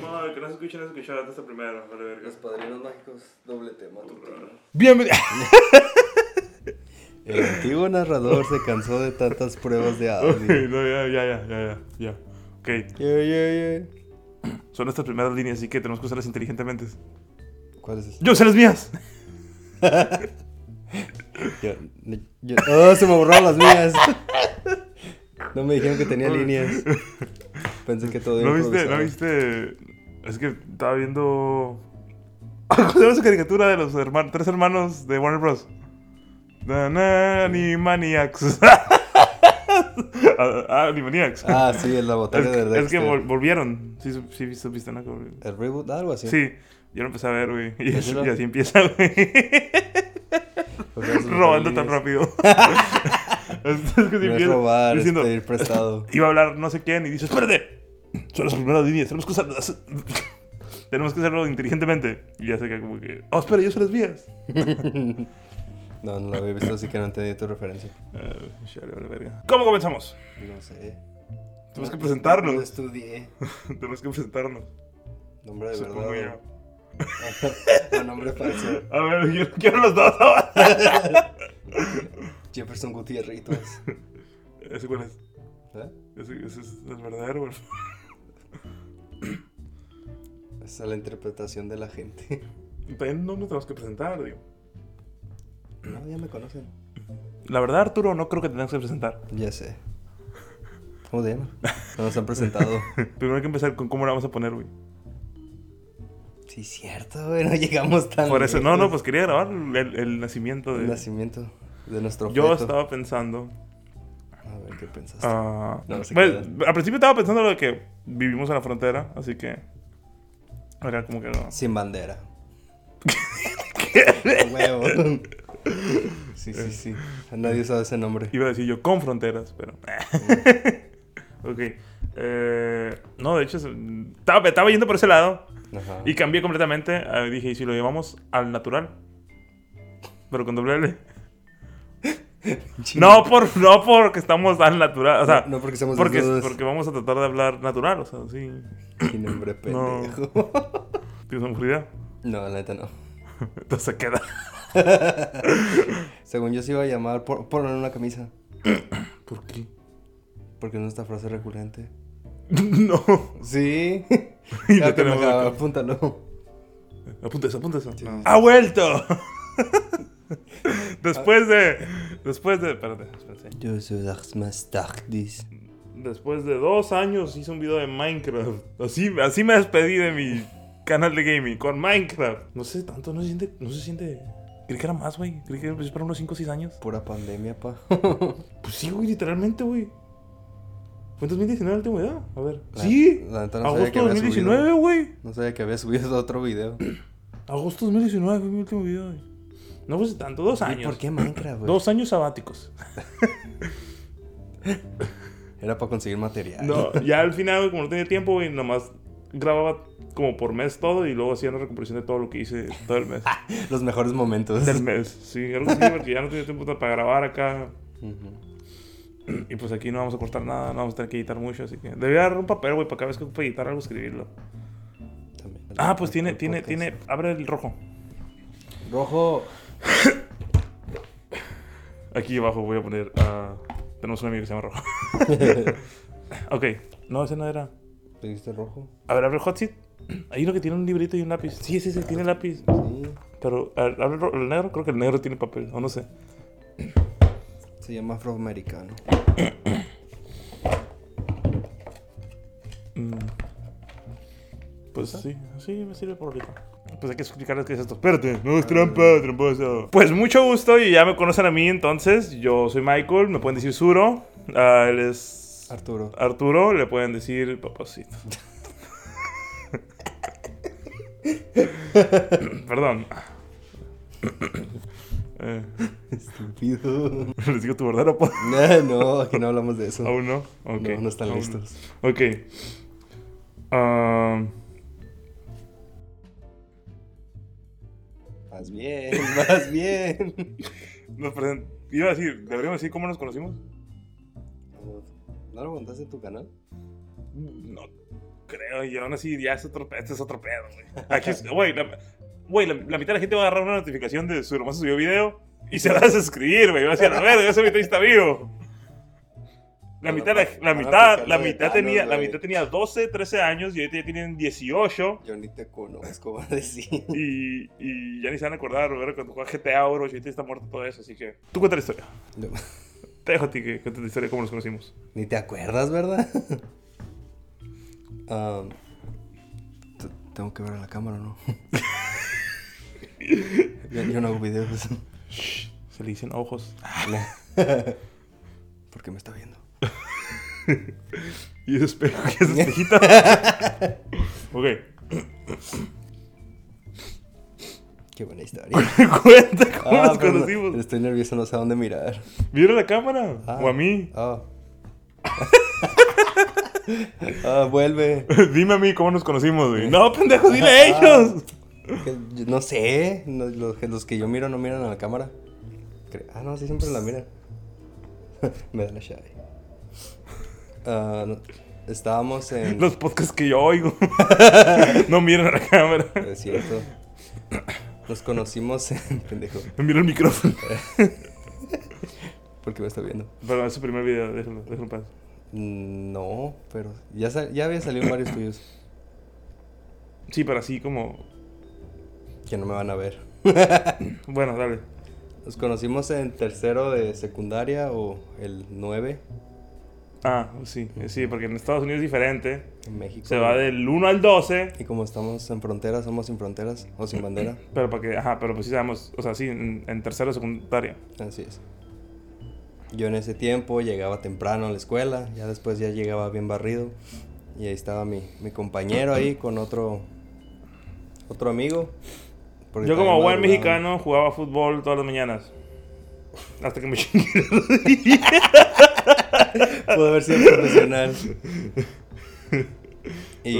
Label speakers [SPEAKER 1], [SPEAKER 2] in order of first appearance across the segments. [SPEAKER 1] No, el que no se escucha, no se escuchó. Antes el primero, vale verga.
[SPEAKER 2] Los padrinos mágicos, doble tema. matutino.
[SPEAKER 3] Bienvenido.
[SPEAKER 4] El antiguo narrador se cansó de tantas pruebas de audio.
[SPEAKER 1] no, ya, ya, ya, ya, ya, ya. Ok,
[SPEAKER 4] Yeah, yeah, yeah.
[SPEAKER 1] son nuestras primeras líneas, así que tenemos que usarlas inteligentemente.
[SPEAKER 4] ¿Cuál es ese?
[SPEAKER 1] ¡Yo sé las mías!
[SPEAKER 4] Yo, yo- oh, se me borraron las mías. No me dijeron que tenía líneas. Pensé que todo era
[SPEAKER 1] ¿No viste?
[SPEAKER 4] improvisado.
[SPEAKER 1] ¿No viste? Es que estaba viendo... ¿Cómo se llama esa caricatura de los hermanos, tres hermanos de Warner Bros? Animaniacs. Animaniacs.
[SPEAKER 4] Ah, sí, es la
[SPEAKER 1] Es,
[SPEAKER 4] batalla de
[SPEAKER 1] que-
[SPEAKER 4] Dexter.
[SPEAKER 1] es que vol- volvieron. Sí, su- sí, supiste, ¿no? Que volvieron.
[SPEAKER 4] El reboot, algo así.
[SPEAKER 1] Sí, yo lo empecé a ver, güey. Y,
[SPEAKER 4] ¿Ya
[SPEAKER 1] así-
[SPEAKER 4] sí lo-
[SPEAKER 1] y así empieza, güey.
[SPEAKER 4] Porque esas son
[SPEAKER 1] Robando tan
[SPEAKER 4] líneas.
[SPEAKER 1] rápido. es, es que si
[SPEAKER 4] No es
[SPEAKER 1] empieza
[SPEAKER 4] robar, es
[SPEAKER 1] diciendo,
[SPEAKER 4] pedir prestado.
[SPEAKER 1] iba a hablar no sé quién y dice, espérate, son las primeras líneas, tenemos que usarlas. tenemos que hacerlo inteligentemente. Y ya se queda como que, oh, espera, yo soy las vías.
[SPEAKER 4] No, no lo había visto, así que no entendí tu referencia.
[SPEAKER 1] Eh, chale, vale, verga. ¿Cómo comenzamos?
[SPEAKER 4] No sé.
[SPEAKER 1] Tenemos
[SPEAKER 4] Ah,
[SPEAKER 1] que
[SPEAKER 4] No
[SPEAKER 1] presentarnos.
[SPEAKER 4] estudié.
[SPEAKER 1] tenemos que presentarnos.
[SPEAKER 4] Nombre de
[SPEAKER 1] Supongo yo.
[SPEAKER 4] verdad. A nombre falso.
[SPEAKER 1] A ver, yo quiero los dos.
[SPEAKER 4] Jefferson Gutierritos.
[SPEAKER 1] ¿Ese cuál es?
[SPEAKER 4] ¿Eh?
[SPEAKER 1] ¿Ese, ese es el verdadero, güey.
[SPEAKER 4] Esa es la interpretación de la gente.
[SPEAKER 1] También no nos tenemos que presentar, digo.
[SPEAKER 4] No, ya me conocen.
[SPEAKER 1] La verdad, Arturo, no creo que tengas que presentar.
[SPEAKER 4] Ya sé. ¿Cómo se llama? No nos han presentado.
[SPEAKER 1] Primero hay que empezar con cómo la vamos a poner, güey.
[SPEAKER 4] Sí, cierto, güey. No llegamos tan.
[SPEAKER 1] Por eso, no,
[SPEAKER 4] lejos.
[SPEAKER 1] no, pues quería grabar el, el nacimiento de.
[SPEAKER 4] El nacimiento de nuestro
[SPEAKER 1] Yo
[SPEAKER 4] feto.
[SPEAKER 1] estaba pensando.
[SPEAKER 4] A ver qué pensaste.
[SPEAKER 1] ah,
[SPEAKER 4] No, se
[SPEAKER 1] bueno,
[SPEAKER 4] queda.
[SPEAKER 1] al principio estaba pensando lo de que vivimos en la frontera, así que. Era como que no.
[SPEAKER 4] Sin bandera. Huevo. Sí, sí, sí. Nadie sabe ese nombre.
[SPEAKER 1] Iba a decir yo con fronteras, pero. ok. eh, no, de hecho, se- estaba, estaba yendo por ese lado
[SPEAKER 4] Ajá.
[SPEAKER 1] y cambié completamente. Ah, dije, ¿y si lo llevamos al natural? Pero con doble L. No, por, no porque estamos al natural. O sea,
[SPEAKER 4] No, no porque estamos
[SPEAKER 1] porque,
[SPEAKER 4] desnudos.
[SPEAKER 1] porque vamos a tratar de hablar natural. O sea, sí.
[SPEAKER 4] Mi nombre
[SPEAKER 1] No.
[SPEAKER 4] pendejo.
[SPEAKER 1] Tienes una idea.
[SPEAKER 4] No, la neta no.
[SPEAKER 1] Entonces se queda.
[SPEAKER 4] Según yo se iba a llamar por, por en una camisa.
[SPEAKER 1] ¿Por qué?
[SPEAKER 4] Porque es nuestra frase recurrente.
[SPEAKER 1] no.
[SPEAKER 4] Sí.
[SPEAKER 1] Y
[SPEAKER 4] Ya
[SPEAKER 1] no
[SPEAKER 4] te me
[SPEAKER 1] tenemos la
[SPEAKER 4] acaba,
[SPEAKER 1] camisa.
[SPEAKER 4] apúntalo.
[SPEAKER 1] Apunta eso, apunta eso.
[SPEAKER 4] Sí.
[SPEAKER 1] ¡Ha vuelto! después de. Después de. Espérate, espérate.
[SPEAKER 4] Yo soy las más tardes.
[SPEAKER 1] Después de dos años hice un video de Minecraft. Así, así me despedí de mi canal de gaming con Minecraft. No sé tanto, no se siente. No se siente. Creí que era más, güey. Creí que era para unos 5 o 6 años.
[SPEAKER 4] Pura pandemia, pa.
[SPEAKER 1] Pues sí, güey, literalmente, güey. Fue en 2019 la última idea. A ver.
[SPEAKER 4] La-
[SPEAKER 1] sí.
[SPEAKER 4] la neta no sabía
[SPEAKER 1] Agosto
[SPEAKER 4] que había
[SPEAKER 1] 2019,
[SPEAKER 4] subido.
[SPEAKER 1] güey.
[SPEAKER 4] No sabía que había subido otro video.
[SPEAKER 1] Agosto 2019 fue mi último video, güey. No fue hace tanto, dos años.
[SPEAKER 4] ¿Y por qué Minecraft, güey?
[SPEAKER 1] Dos años sabáticos.
[SPEAKER 4] Era para conseguir material.
[SPEAKER 1] No, ya al final, güey, como no tenía tiempo, güey, nomás grababa como por mes todo y luego hacía una recuperación de todo lo que hice todo el mes.
[SPEAKER 4] Los mejores momentos.
[SPEAKER 1] del mes. Ah, Sí, algo así, porque ya no tenía tiempo para grabar acá.
[SPEAKER 4] Ujú.
[SPEAKER 1] Y pues aquí no vamos a cortar nada, no vamos a tener que editar mucho, así que... Debería agarrar un papel, güey, para cada vez que ocupe editar algo, escribirlo.
[SPEAKER 4] También.
[SPEAKER 1] Ah, pues tiene,
[SPEAKER 4] El
[SPEAKER 1] tiene,
[SPEAKER 4] podcast.
[SPEAKER 1] tiene... Abre el rojo.
[SPEAKER 4] Rojo.
[SPEAKER 1] Aquí abajo voy a poner... ah, tenemos un amigo que se llama Rojo. ok. No, ese no era...
[SPEAKER 4] ¿Pediste rojo?
[SPEAKER 1] A ver, abre el hot seat. Hay uno que tiene un librito y un lápiz. Sí, sí, sí, tiene lápiz.
[SPEAKER 4] Sí.
[SPEAKER 1] Pero, a ver, abre el, ro- el negro, creo que el negro tiene papel, o no sé.
[SPEAKER 4] Se llama afroamericano.
[SPEAKER 1] Mm. Pues sí, sí, me sirve por ahorita. Pues hay que explicarles qué es esto. Espérate, no es trampa, tramposo. Pues mucho gusto y ya me conocen a mí entonces. Yo soy Michael, me pueden decir Zuro. Ah, él es
[SPEAKER 4] Arturo.
[SPEAKER 1] Arturo, le pueden decir papacito. Perdón. Eh,
[SPEAKER 4] Estúpido.
[SPEAKER 1] Les digo tu verdadero apodo.
[SPEAKER 4] no, no, aquí no hablamos de eso.
[SPEAKER 1] ¿Aún no? Ok.
[SPEAKER 4] No, no están
[SPEAKER 1] Aún
[SPEAKER 4] listos.
[SPEAKER 1] Ok. Ah,
[SPEAKER 4] Más bien, más bien.
[SPEAKER 1] nos present- Iba a decir, ¿deberíamos decir cómo nos conocimos?
[SPEAKER 4] ¿No lo contaste en tu canal?
[SPEAKER 1] No. creo. Y aún así, ya es otro, pe- este es otro pedo, güey. Aquí, es- güey, la, güey, la- la mitad de la gente va a agarrar una notificación de su hermoso subió video y se va a suscribir, güey. Va a decir, a ver, ese video está vivo. La
[SPEAKER 4] Van a
[SPEAKER 1] mitad,
[SPEAKER 4] pa-
[SPEAKER 1] la
[SPEAKER 4] van a
[SPEAKER 1] mitad,
[SPEAKER 4] picar
[SPEAKER 1] la
[SPEAKER 4] los
[SPEAKER 1] mitad
[SPEAKER 4] ventanos,
[SPEAKER 1] tenía, la
[SPEAKER 4] güey.
[SPEAKER 1] mitad tenía 12, 13 años y ahorita ya tienen 18.
[SPEAKER 4] Yo ni te conozco, va a decir.
[SPEAKER 1] Y, y ya ni se van a acordar, güey, cuando juega GTA Oro, ahorita está muerto todo eso, así que... Tú cuenta la historia.
[SPEAKER 4] No,
[SPEAKER 1] Te dejo a ti que cuentes la historia de cómo nos conocimos.
[SPEAKER 4] Ni te acuerdas, ¿verdad? Ah, t- tengo que ver a la cámara, ¿no? yo, yo no hago videos.
[SPEAKER 1] Se le dicen ojos.
[SPEAKER 4] Porque me está viendo.
[SPEAKER 1] Y ese espejo, que es espejita. ok.
[SPEAKER 4] Qué buena historia.
[SPEAKER 1] Cuenta cómo
[SPEAKER 4] Ah,
[SPEAKER 1] nos
[SPEAKER 4] pero no-
[SPEAKER 1] conocimos.
[SPEAKER 4] estoy nervioso, no sé a dónde mirar.
[SPEAKER 1] ¿Vieron la cámara?
[SPEAKER 4] Ah.
[SPEAKER 1] ¿O a mí?
[SPEAKER 4] Ah. Ah, vuelve.
[SPEAKER 1] Dime a mí cómo nos conocimos, güey. No, pendejo, dile
[SPEAKER 4] Ah,
[SPEAKER 1] a ellos.
[SPEAKER 4] Que yo- No sé, no- los, que- los que yo miro no miran a la cámara. Cre- Ah, no, sí, siempre la miran. Me da la llave. Ah, no, estábamos en...
[SPEAKER 1] Los podcasts que yo oigo. no miran a la cámara.
[SPEAKER 4] Es cierto. Nos conocimos en... Pendejo,
[SPEAKER 1] Me miro el micrófono.
[SPEAKER 4] porque me está viendo.
[SPEAKER 1] Perdón, es su primer video, déjalo, déjalo en paz.
[SPEAKER 4] No, pero ya, sa- ya había salido en varios tuyos
[SPEAKER 1] Sí, pero así como.
[SPEAKER 4] que no me van a ver.
[SPEAKER 1] Bueno, dale.
[SPEAKER 4] Nos conocimos en tercero de secundaria o el 9
[SPEAKER 1] Ah, sí, sí, porque en Estados Unidos es diferente.
[SPEAKER 4] en México.
[SPEAKER 1] Se va del 1 al 12.
[SPEAKER 4] Y como estamos en frontera, somos sin fronteras o sin bandera.
[SPEAKER 1] Pero para que, ajá, pero pues sí sabemos, o sea, sí, en, en tercero de secundaria.
[SPEAKER 4] Así es. Yo en ese tiempo llegaba temprano a la escuela, ya después ya llegaba bien barrido. Y ahí estaba mi, mi compañero ahí con otro, otro amigo. porque
[SPEAKER 1] Yo como
[SPEAKER 4] también
[SPEAKER 1] buen
[SPEAKER 4] madrugaba.
[SPEAKER 1] mexicano jugaba fútbol todas las mañanas. Hasta que me chingué.
[SPEAKER 4] Pudo haber sido profesional. Y,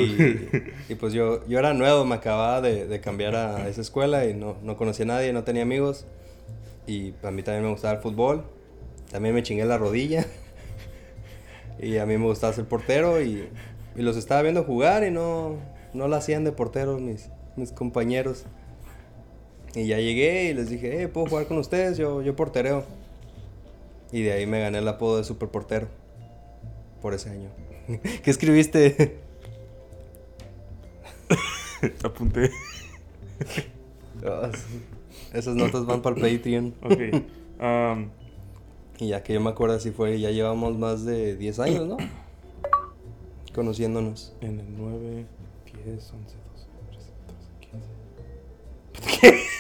[SPEAKER 4] y pues yo, yo era nuevo, me acababa de, de cambiar a esa escuela y no, no conocía a nadie, no tenía amigos. Y a mí también me gustaba el fútbol. También me chingué la rodilla. Y a mí me gustaba ser portero y, y los estaba viendo jugar y no, no la hacían de porteros mis, mis compañeros. Y ya llegué y les dije, eh, ¿puedo jugar con ustedes? Yo, yo portereo. Y de ahí me gané el apodo de superportero. Por ese año. ¿Qué escribiste?
[SPEAKER 1] Apunté.
[SPEAKER 4] Ah, sí. Esas notas van para el Patreon.
[SPEAKER 1] Ok. um, am,
[SPEAKER 4] Y ya que yo me acuerdo así fue, ya llevamos más de 10 años, ¿no? Conociéndonos.
[SPEAKER 1] en el 9, 10, 11, 12, 13, 14, 15. ¿Qué?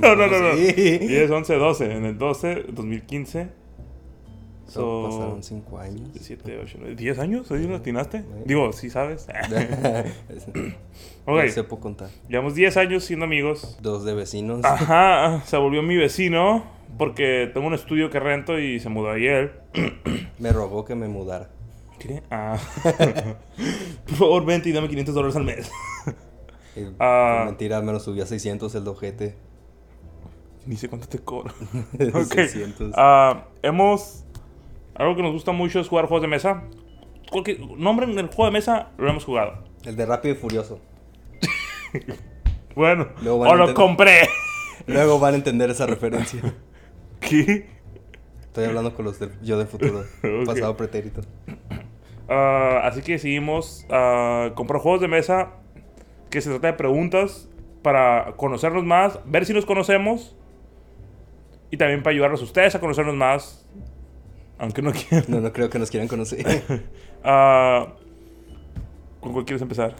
[SPEAKER 1] No, no, no, no.
[SPEAKER 4] Sí.
[SPEAKER 1] 10, 11, 12. En el 12, 2015.
[SPEAKER 4] So,
[SPEAKER 1] Son
[SPEAKER 4] pasaron 5 años.
[SPEAKER 1] 7, 8, 9, 10 años. ¿Ahí lo atinaste? Digo, sí sabes.
[SPEAKER 4] No
[SPEAKER 1] ok.
[SPEAKER 4] sé puedo contar.
[SPEAKER 1] Llevamos 10 años siendo amigos.
[SPEAKER 4] Dos de vecinos.
[SPEAKER 1] Ah. Ajá, se volvió mi vecino porque tengo un estudio que rento y se mudó ayer.
[SPEAKER 4] Me rogó que me mudara.
[SPEAKER 1] ¿Qué? Ah. Por favor, vente y dame 500 dólares al mes.
[SPEAKER 4] Y,
[SPEAKER 1] Ah.
[SPEAKER 4] Mentira, me lo subí a 600 el dojete.
[SPEAKER 1] Ni sé cuánto te cobro. Ok.
[SPEAKER 4] 600.
[SPEAKER 1] Ah, hemos... Algo que nos gusta mucho es jugar juegos de mesa. Cualquier... Nombren el juego de mesa, lo hemos jugado.
[SPEAKER 4] El de Rápido y Furioso.
[SPEAKER 1] Bueno,
[SPEAKER 4] Luego van
[SPEAKER 1] o
[SPEAKER 4] a
[SPEAKER 1] lo
[SPEAKER 4] entender-
[SPEAKER 1] compré.
[SPEAKER 4] Luego van a entender esa referencia.
[SPEAKER 1] ¿Qué?
[SPEAKER 4] Estoy hablando con los del yo del futuro.
[SPEAKER 1] Ok.
[SPEAKER 4] Pasado pretérito.
[SPEAKER 1] Ah, así que decidimos ah, comprar juegos de mesa que se trata de preguntas para conocernos más, ver si nos conocemos y también para ayudarlos a ustedes a conocernos más, aunque no quieran.
[SPEAKER 4] No, no creo que nos quieran conocer.
[SPEAKER 1] Ah, ¿Con cuál quieres empezar?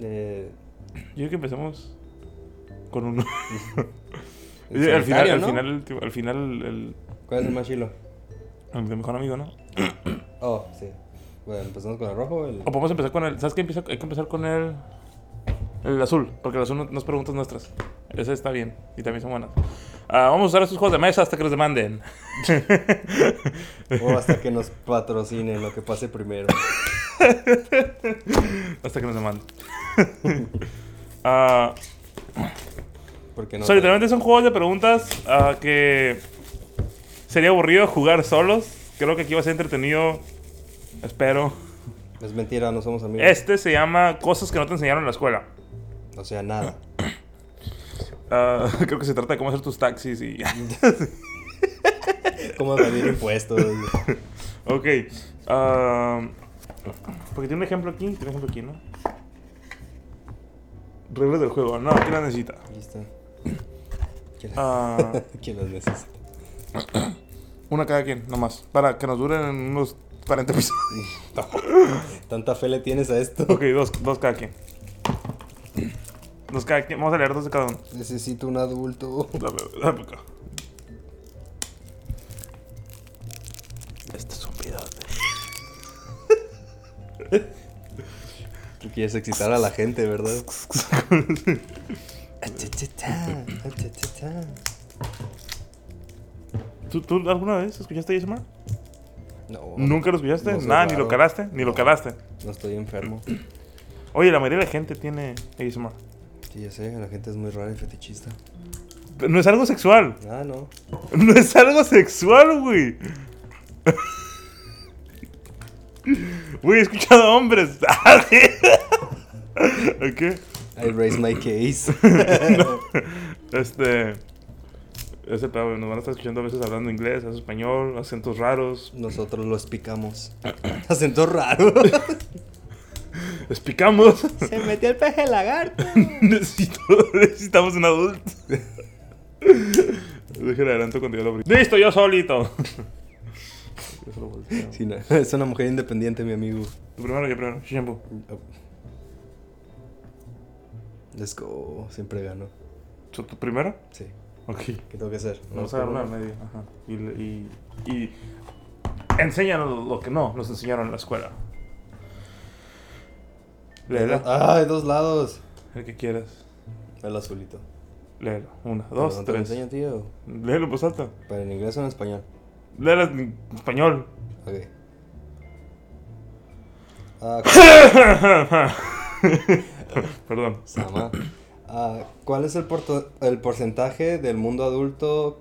[SPEAKER 4] Eh,
[SPEAKER 1] Yo creo que empecemos con uno.
[SPEAKER 4] el
[SPEAKER 1] al, final,
[SPEAKER 4] solitario,
[SPEAKER 1] al
[SPEAKER 4] ¿no?
[SPEAKER 1] final, el tipo- al final, el,
[SPEAKER 4] ¿Cuál es el más chilo?
[SPEAKER 1] el de mejor amigo, ¿no?
[SPEAKER 4] Oh, sí. Bueno, empezamos con el rojo. El...
[SPEAKER 1] O podemos empezar con el. ¿Sabes qué? Empieza- hay que empezar con el. El azul, porque el azul no, no es preguntas nuestras. Ese está bien y también son buenas. Ah, vamos a usar estos juegos de mesa hasta que los demanden.
[SPEAKER 4] O hasta que nos patrocinen lo que pase primero.
[SPEAKER 1] Hasta que nos demanden. Ah,
[SPEAKER 4] Porque no.
[SPEAKER 1] o sea, literalmente son juegos de preguntas ah, que sería aburrido jugar solos. Creo que aquí va a ser entretenido. Espero.
[SPEAKER 4] Es mentira, no somos amigos.
[SPEAKER 1] Este se llama Cosas que no te enseñaron en la escuela.
[SPEAKER 4] O sea, nada.
[SPEAKER 1] Ah, creo que se trata de cómo hacer tus taxis y...
[SPEAKER 4] ¿Cómo pedir impuestos?
[SPEAKER 1] ok. ah, porque tiene un ejemplo aquí, tiene un ejemplo aquí, ¿no? Reglas del juego. No, ¿quién las necesita?
[SPEAKER 4] Aquí está. ¿Quién,
[SPEAKER 1] Ah,
[SPEAKER 4] ¿Quién los necesita?
[SPEAKER 1] una cada quien, nomás. Para que nos duren unos 40 episodios.
[SPEAKER 4] ¿Tanta fe le tienes a esto?
[SPEAKER 1] Ok, dos, dos cada quien. Dos cada quien. Vamos a leer dos de cada uno.
[SPEAKER 4] Necesito un adulto.
[SPEAKER 1] Dame, dame acá. Este es un video
[SPEAKER 4] Tú quieres excitar a la gente, ¿verdad?
[SPEAKER 1] ¿Tú, tú alguna vez escuchaste ASMR?
[SPEAKER 4] No,
[SPEAKER 1] ¿Nunca lo escuchaste?
[SPEAKER 4] No sé,
[SPEAKER 1] Nada, ni
[SPEAKER 4] raro.
[SPEAKER 1] lo calaste, ni lo calaste.
[SPEAKER 4] no estoy enfermo.
[SPEAKER 1] Oye, la mayoría de la gente tiene ASMR.
[SPEAKER 4] Sí, ya sé, la gente es muy rara y fetichista.
[SPEAKER 1] Pero No es algo sexual.
[SPEAKER 4] Ah, no.
[SPEAKER 1] No es algo sexual, güey. Güey, he escuchado a hombres. ok.
[SPEAKER 4] I raise my case.
[SPEAKER 1] Este. Ese pedo, nos van a estar escuchando a veces hablando inglés, hablando español, acentos raros.
[SPEAKER 4] Nosotros los picamos. Acento raro.
[SPEAKER 1] Explicamos.
[SPEAKER 4] Se metió el peje lagarto.
[SPEAKER 1] Necesito- necesitamos un adulto. Déjale adelanto cuando yo lo abrí. ¡Listo, yo solito! Yo solo volteo.
[SPEAKER 4] Sí, no, Es una mujer independiente, mi amigo.
[SPEAKER 1] Tú primero, yo primero. Shampoo.
[SPEAKER 4] Let's go. Siempre gano.
[SPEAKER 1] ¿Tú tú primero?
[SPEAKER 4] Sí.
[SPEAKER 1] Ok.
[SPEAKER 4] ¿Qué tengo que hacer?
[SPEAKER 1] Vamos a dar una media. Ajá. Y, y, y enséñanos lo que no nos enseñaron en la escuela. Léela.
[SPEAKER 4] Ah, de dos lados.
[SPEAKER 1] El que quieras.
[SPEAKER 4] El azulito.
[SPEAKER 1] Léelo. Una,
[SPEAKER 4] Pero
[SPEAKER 1] dos,
[SPEAKER 4] no te lo
[SPEAKER 1] tres.
[SPEAKER 4] enseño, tío.
[SPEAKER 1] Léelo, pues alta.
[SPEAKER 4] ¿Pero en inglés o en español?
[SPEAKER 1] Léelo en español.
[SPEAKER 4] Ok. Ah, ¿cu-
[SPEAKER 1] Perdón.
[SPEAKER 4] Sama. Ah, ¿Cuál es el, porto- el porcentaje del mundo adulto?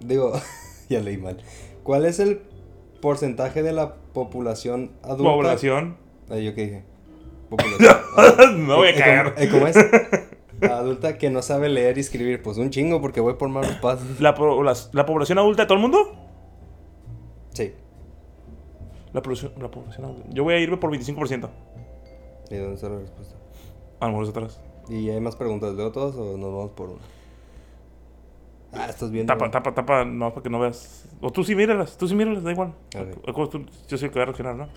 [SPEAKER 4] Digo, ya leí mal. ¿Cuál es el porcentaje de la población adulta?
[SPEAKER 1] Población.
[SPEAKER 4] Ah, ¿Yo qué dije? Población.
[SPEAKER 1] no voy a
[SPEAKER 4] Eh,
[SPEAKER 1] caer.
[SPEAKER 4] ¿cómo- eh, ¿Cómo es? Adulta que no sabe leer y escribir. Pues un chingo, porque voy por malos pasos.
[SPEAKER 1] ¿La, po- la, la población adulta de todo el mundo?
[SPEAKER 4] Sí.
[SPEAKER 1] La, población- la población adulta. Yo voy a irme por 25%.
[SPEAKER 4] ¿Y dónde está la respuesta?
[SPEAKER 1] A lo mejor es atrás.
[SPEAKER 4] ¿Y hay más preguntas? ¿Leo todas o nos vamos por una? Ah, estás viendo.
[SPEAKER 1] Tapa, tapa, tapa, no, para que no veas. O tú sí míralas, tú sí míralas, da igual.
[SPEAKER 4] Ok.
[SPEAKER 1] O- o tú- yo soy el que voy a reaccionar, ¿no?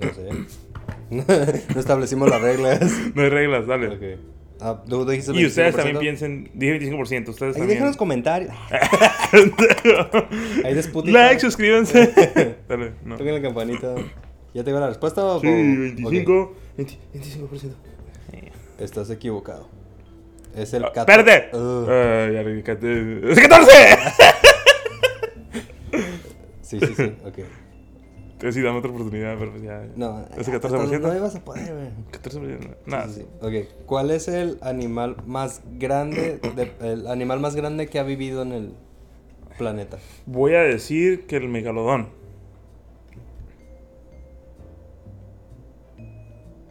[SPEAKER 4] No sé. no establecimos las reglas.
[SPEAKER 1] No hay reglas, dale.
[SPEAKER 4] Ok. Ah, tú dijiste
[SPEAKER 1] Y ustedes también
[SPEAKER 4] 25%.
[SPEAKER 1] piensen, dije 25%, ustedes
[SPEAKER 4] Ahí
[SPEAKER 1] también.
[SPEAKER 4] dejen los comentarios. Ahí desputin.
[SPEAKER 1] Like, suscríbanse. dale, no.
[SPEAKER 4] Toquen la campanita. ¿Ya te dio la respuesta o
[SPEAKER 1] Sí,
[SPEAKER 4] o-
[SPEAKER 1] 25.
[SPEAKER 4] ok.
[SPEAKER 1] 20 25%.
[SPEAKER 4] Estás equivocado. Es el Uh,
[SPEAKER 1] Ah,
[SPEAKER 4] 14.
[SPEAKER 1] ¡Espérate!
[SPEAKER 4] Ugh.
[SPEAKER 1] Ah, ya le dije cate- ¡Es 14!
[SPEAKER 4] Sí, sí, sí. Ok.
[SPEAKER 1] Sí, dame otra oportunidad, pero pues ya.
[SPEAKER 4] No. ah,
[SPEAKER 1] ¿Es el
[SPEAKER 4] No
[SPEAKER 1] 14%?
[SPEAKER 4] ibas a poder, güey.
[SPEAKER 1] 14%. Nada.
[SPEAKER 4] Sí, sí. Ok. ¿Cuál es el animal más grande, de- el animal más grande que ha vivido en el planeta?
[SPEAKER 1] Voy a decir que el megalodón.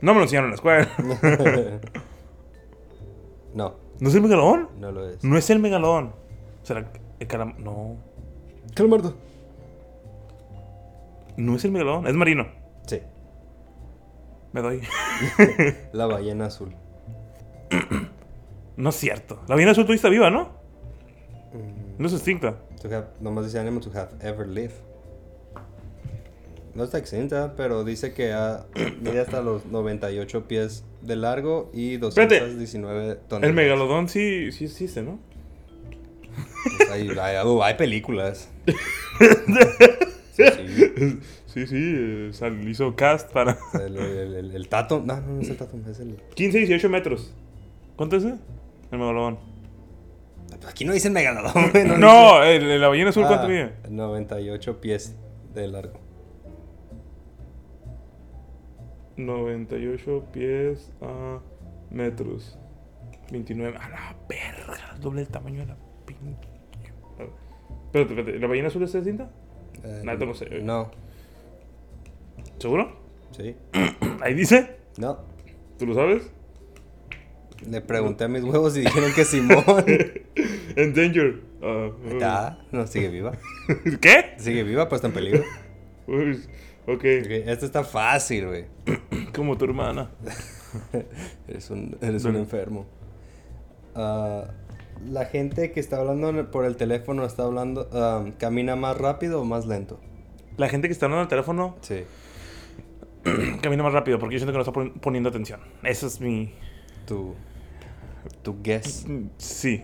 [SPEAKER 1] No me lo enseñaron en la escuela.
[SPEAKER 4] no,
[SPEAKER 1] ¿No es el megalodón?
[SPEAKER 4] no lo es.
[SPEAKER 1] No es el megalodón. ¿Será el calam... No.
[SPEAKER 4] Calamardo.
[SPEAKER 1] No es el megalodón. Es marino.
[SPEAKER 4] Sí,
[SPEAKER 1] Me doy.
[SPEAKER 4] la ballena azul.
[SPEAKER 1] No es cierto. La ballena azul todavía está viva, ¿no? No es extinta.
[SPEAKER 4] To have, nomás dice animal to have ever lived. No está exenta, pero dice que ha, mide hasta los 98 pies de largo y
[SPEAKER 1] Espérate.
[SPEAKER 4] 219 toneladas.
[SPEAKER 1] El megalodón sí, sí existe, ¿no?
[SPEAKER 4] Pues hay, hay- uh, hay películas. Sí, sí.
[SPEAKER 1] Sí, sí. eh, sal- hizo cast para...
[SPEAKER 4] El, el- el- el tato. No, no, no es el tato, es el.
[SPEAKER 1] 15, 18 metros. ¿Cuánto es? eh? El megalodón.
[SPEAKER 4] Aquí no dice el megalodón, güey, dice-
[SPEAKER 1] No, el- la ballena azul, ¿cuánto
[SPEAKER 4] Ah,
[SPEAKER 1] mide?
[SPEAKER 4] 98 pies de largo.
[SPEAKER 1] 98 pies a metros. 29. A la verga. Doble el tamaño de la pinche. Espérate, espérate. ¿La ballena azul está distinta?
[SPEAKER 4] Eh,
[SPEAKER 1] No, esto no sé.
[SPEAKER 4] No.
[SPEAKER 1] ¿Seguro?
[SPEAKER 4] Sí.
[SPEAKER 1] Ahí dice.
[SPEAKER 4] No.
[SPEAKER 1] ¿Tú lo sabes?
[SPEAKER 4] Le pregunté a mis huevos y dijeron que Simón.
[SPEAKER 1] En danger. Ah, ah.
[SPEAKER 4] Está. No, sigue viva.
[SPEAKER 1] ¿Qué?
[SPEAKER 4] Sigue viva, pues está en peligro.
[SPEAKER 1] Uy, ok.
[SPEAKER 4] Ok, Esto está fácil, güey.
[SPEAKER 1] Como tu hermana.
[SPEAKER 4] Eres un, eres un enfermo. Ah, la gente que está hablando en- por el teléfono está hablando. ah, ¿Camina más rápido o más lento?
[SPEAKER 1] La gente que está hablando al teléfono
[SPEAKER 4] Sí.
[SPEAKER 1] camina más rápido porque yo siento que no está pon- poniendo atención. Eso es mi.
[SPEAKER 4] Tu. Tu guess.
[SPEAKER 1] Sí.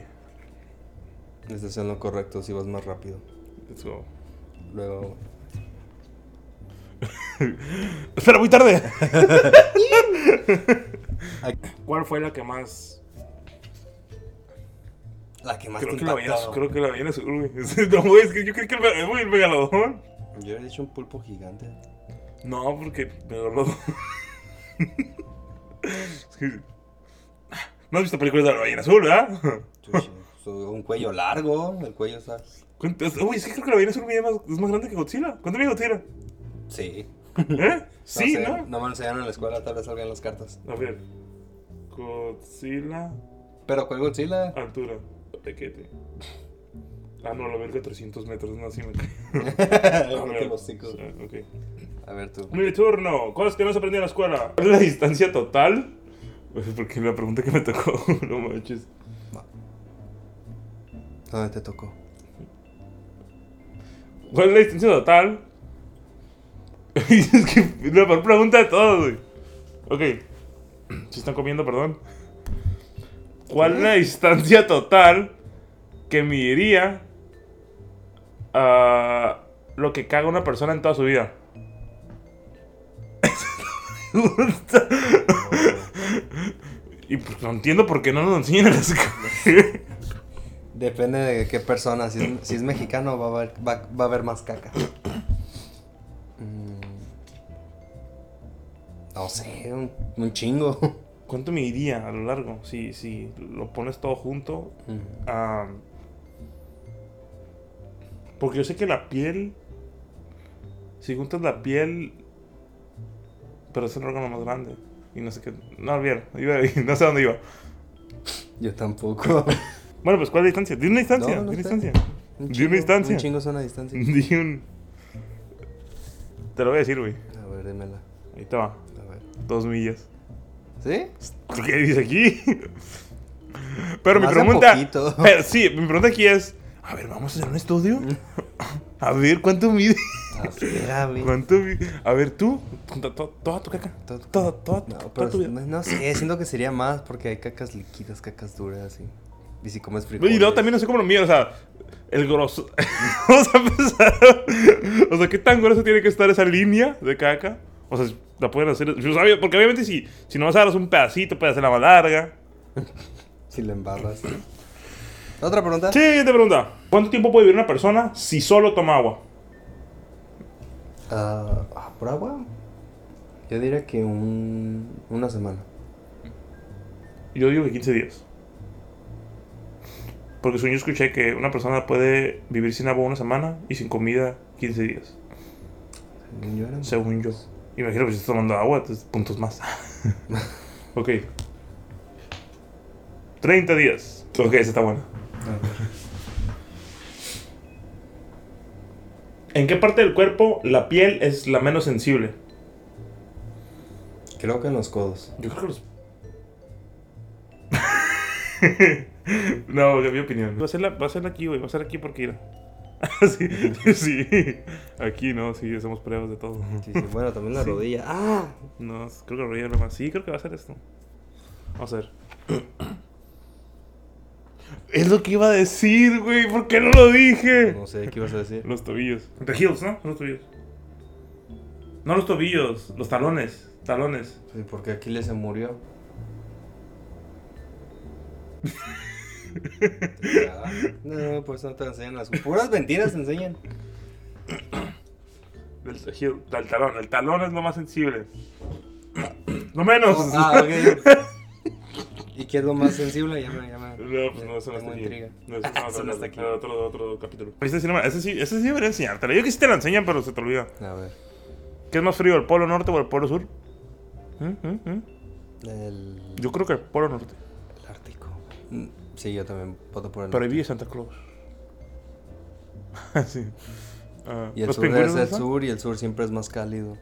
[SPEAKER 4] Estás en lo correcto si vas más rápido.
[SPEAKER 1] Eso.
[SPEAKER 4] Luego.
[SPEAKER 1] Espera, muy tarde.
[SPEAKER 4] Ay,
[SPEAKER 1] ¿Cuál fue la que más.
[SPEAKER 4] La que más
[SPEAKER 1] Creo
[SPEAKER 4] te
[SPEAKER 1] que, la veía,
[SPEAKER 4] impactó.
[SPEAKER 1] creo que la veía en azul, güey. No, güey, es que yo creo que el, me- güey, el megalodón.
[SPEAKER 4] Yo he dicho un pulpo gigante.
[SPEAKER 1] No, porque megalodón. Es que- No has visto películas de la ballena azul, ¿verdad?
[SPEAKER 4] Chuchi, su- un cuello largo, el cuello está.
[SPEAKER 1] ¿Cuánto- Uy, es que creo que la ballena azul mide más, es más grande que Godzilla. ¿Cuánto mide Godzilla?
[SPEAKER 4] Sí.
[SPEAKER 1] ¿Eh? sí,
[SPEAKER 4] sé,
[SPEAKER 1] ¿no?
[SPEAKER 4] No me lo enseñaron en la escuela, tal vez salgan las cartas.
[SPEAKER 1] A ver. Godzilla,
[SPEAKER 4] Pero ¿cuál Godzilla?
[SPEAKER 1] altura. Pequete. Ah, no, lo veo en 400 metros, no, sí me cae.
[SPEAKER 4] Creo
[SPEAKER 1] Ah,
[SPEAKER 4] que los cinco.
[SPEAKER 1] sí, ok.
[SPEAKER 4] A ver tú.
[SPEAKER 1] Mi turno. Cosas que no se aprendí en la escuela. ¿Cuál es la distancia total? Pues, Porque la pregunta que me tocó, no manches.
[SPEAKER 4] ¿Dónde te tocó?
[SPEAKER 1] ¿Cuál es la distancia total? es que es la peor pregunta de todas, güey. Ok. Si están comiendo, perdón. ¿Cuál es la distancia total que mediría a lo que caga una persona en toda su vida? Y pues, no entiendo por qué no nos enseñan en la escuela.
[SPEAKER 4] Depende de qué persona. Si es, si es mexicano, va a haber, va, va a haber más caca. Mm. No sé, un, un chingo.
[SPEAKER 1] ¿Cuánto me iría a lo largo? Si, si lo pones todo junto.
[SPEAKER 4] Mm.
[SPEAKER 1] ah, porque yo sé que la piel. Si juntas la piel. Pero es el órgano más grande. Y no sé qué. No, bien. iba- no sé a dónde iba.
[SPEAKER 4] Yo tampoco.
[SPEAKER 1] Bueno, pues ¿cuál es la distancia? Di una distancia.
[SPEAKER 4] No, no
[SPEAKER 1] di una
[SPEAKER 4] sé.
[SPEAKER 1] distancia.
[SPEAKER 4] Un
[SPEAKER 1] Di
[SPEAKER 4] chingo,
[SPEAKER 1] una distancia.
[SPEAKER 4] Un chingo es una distancia.
[SPEAKER 1] Di un. Te lo voy a decir, güey.
[SPEAKER 4] A ver, dímela.
[SPEAKER 1] Ahí te va.
[SPEAKER 4] A ver.
[SPEAKER 1] Dos millas.
[SPEAKER 4] ¿Sí?
[SPEAKER 1] ¿Qué dice aquí? Pero mi
[SPEAKER 4] Más de
[SPEAKER 1] pregunta.
[SPEAKER 4] poquito.
[SPEAKER 1] pero sí, mi pregunta aquí es: A ver, vamos a hacer un estudio.
[SPEAKER 4] Mm.
[SPEAKER 1] A ver, ¿cuánto mide?
[SPEAKER 4] Ah, fija, güey.
[SPEAKER 1] ¿Cuánto mide? A ver, tú, to- to- toda tu caca. Toda, toda, toda,
[SPEAKER 4] No,
[SPEAKER 1] toda
[SPEAKER 4] pero
[SPEAKER 1] tu vida.
[SPEAKER 4] no, no sé, siento que sería más porque hay cacas líquidas, cacas duras y, y si comes frijoles.
[SPEAKER 1] Y luego también no sé cómo lo mide, o sea, el grosor. vamos a empezar. O sea, ¿qué tan grueso tiene que estar esa línea de caca? O sea, la pueden hacer. Yo sabía, porque obviamente si, si no vas a dar un pedacito, puedes hacerla más larga.
[SPEAKER 4] Si la embarras. ¿Otra pregunta?
[SPEAKER 1] Siguiente pregunta: ¿Cuánto tiempo puede vivir una persona si solo toma agua?
[SPEAKER 4] Ah, ah, ¿Por agua? Yo diría que un, una semana.
[SPEAKER 1] Yo digo que 15 días. Porque según yo escuché que una persona puede vivir sin agua una semana y sin comida 15 días.
[SPEAKER 4] Según yo era-
[SPEAKER 1] Según yo. Imagino que si estás tomando agua, entonces puntos más. ok. 30 días. Ok, esa está buena.
[SPEAKER 4] A ver.
[SPEAKER 1] ¿En qué parte del cuerpo la piel es la menos sensible?
[SPEAKER 4] Creo que en los codos.
[SPEAKER 1] Yo creo que los. no, de mi opinión. Va a ser, la- va a ser aquí, güey. Va a ser aquí porque era. sí, sí. Aquí no, sí, hacemos pruebas de todo.
[SPEAKER 4] Sí, sí, bueno, también la rodilla. ¡Ah!
[SPEAKER 1] No, creo que lo voy a hablar más. Sí, creo que va a ser esto. Vamos a ver. Es lo que iba a decir, güey. ¿Por qué no lo dije?
[SPEAKER 4] No sé, ¿qué ibas a decir?
[SPEAKER 1] Los tobillos. The heels, ¿no? Los tobillos. No los tobillos, los talones. Talones.
[SPEAKER 4] Sí, porque Aquiles se murió. No, por eso no te lo enseñan las puras mentiras te enseñan.
[SPEAKER 1] Del, heel- del talón. El talón es lo más sensible. Lo menos.
[SPEAKER 4] Ah, ok. ¿Y qué es lo más sensible? Ya me, ya me-
[SPEAKER 1] No, pues no, eso no
[SPEAKER 4] tengo
[SPEAKER 1] está aquí.
[SPEAKER 4] intriga.
[SPEAKER 1] No, eso no,
[SPEAKER 4] Eso no está aquí.
[SPEAKER 1] Otro, otro, otro capítulo. Ese sí, no me- ese sí, ese sí debería enseñártelo. Yo que sí te lo enseñan, pero se te olvida.
[SPEAKER 4] A ver.
[SPEAKER 1] ¿Qué ¿Qué es más frío, el Polo Norte o el Polo Sur? ¿Mm? ¿Mm? ¿Mm?
[SPEAKER 4] El,
[SPEAKER 1] Yo creo que el Polo Norte.
[SPEAKER 4] el Ártico. Mm, Sí, yo también voto por el
[SPEAKER 1] Pero ahí
[SPEAKER 4] norte.
[SPEAKER 1] vive Santa Claus. sí. Ah,
[SPEAKER 4] Y el
[SPEAKER 1] ¿los
[SPEAKER 4] sur
[SPEAKER 1] pingüinos
[SPEAKER 4] es
[SPEAKER 1] no
[SPEAKER 4] el
[SPEAKER 1] están?
[SPEAKER 4] sur y el sur siempre es más cálido.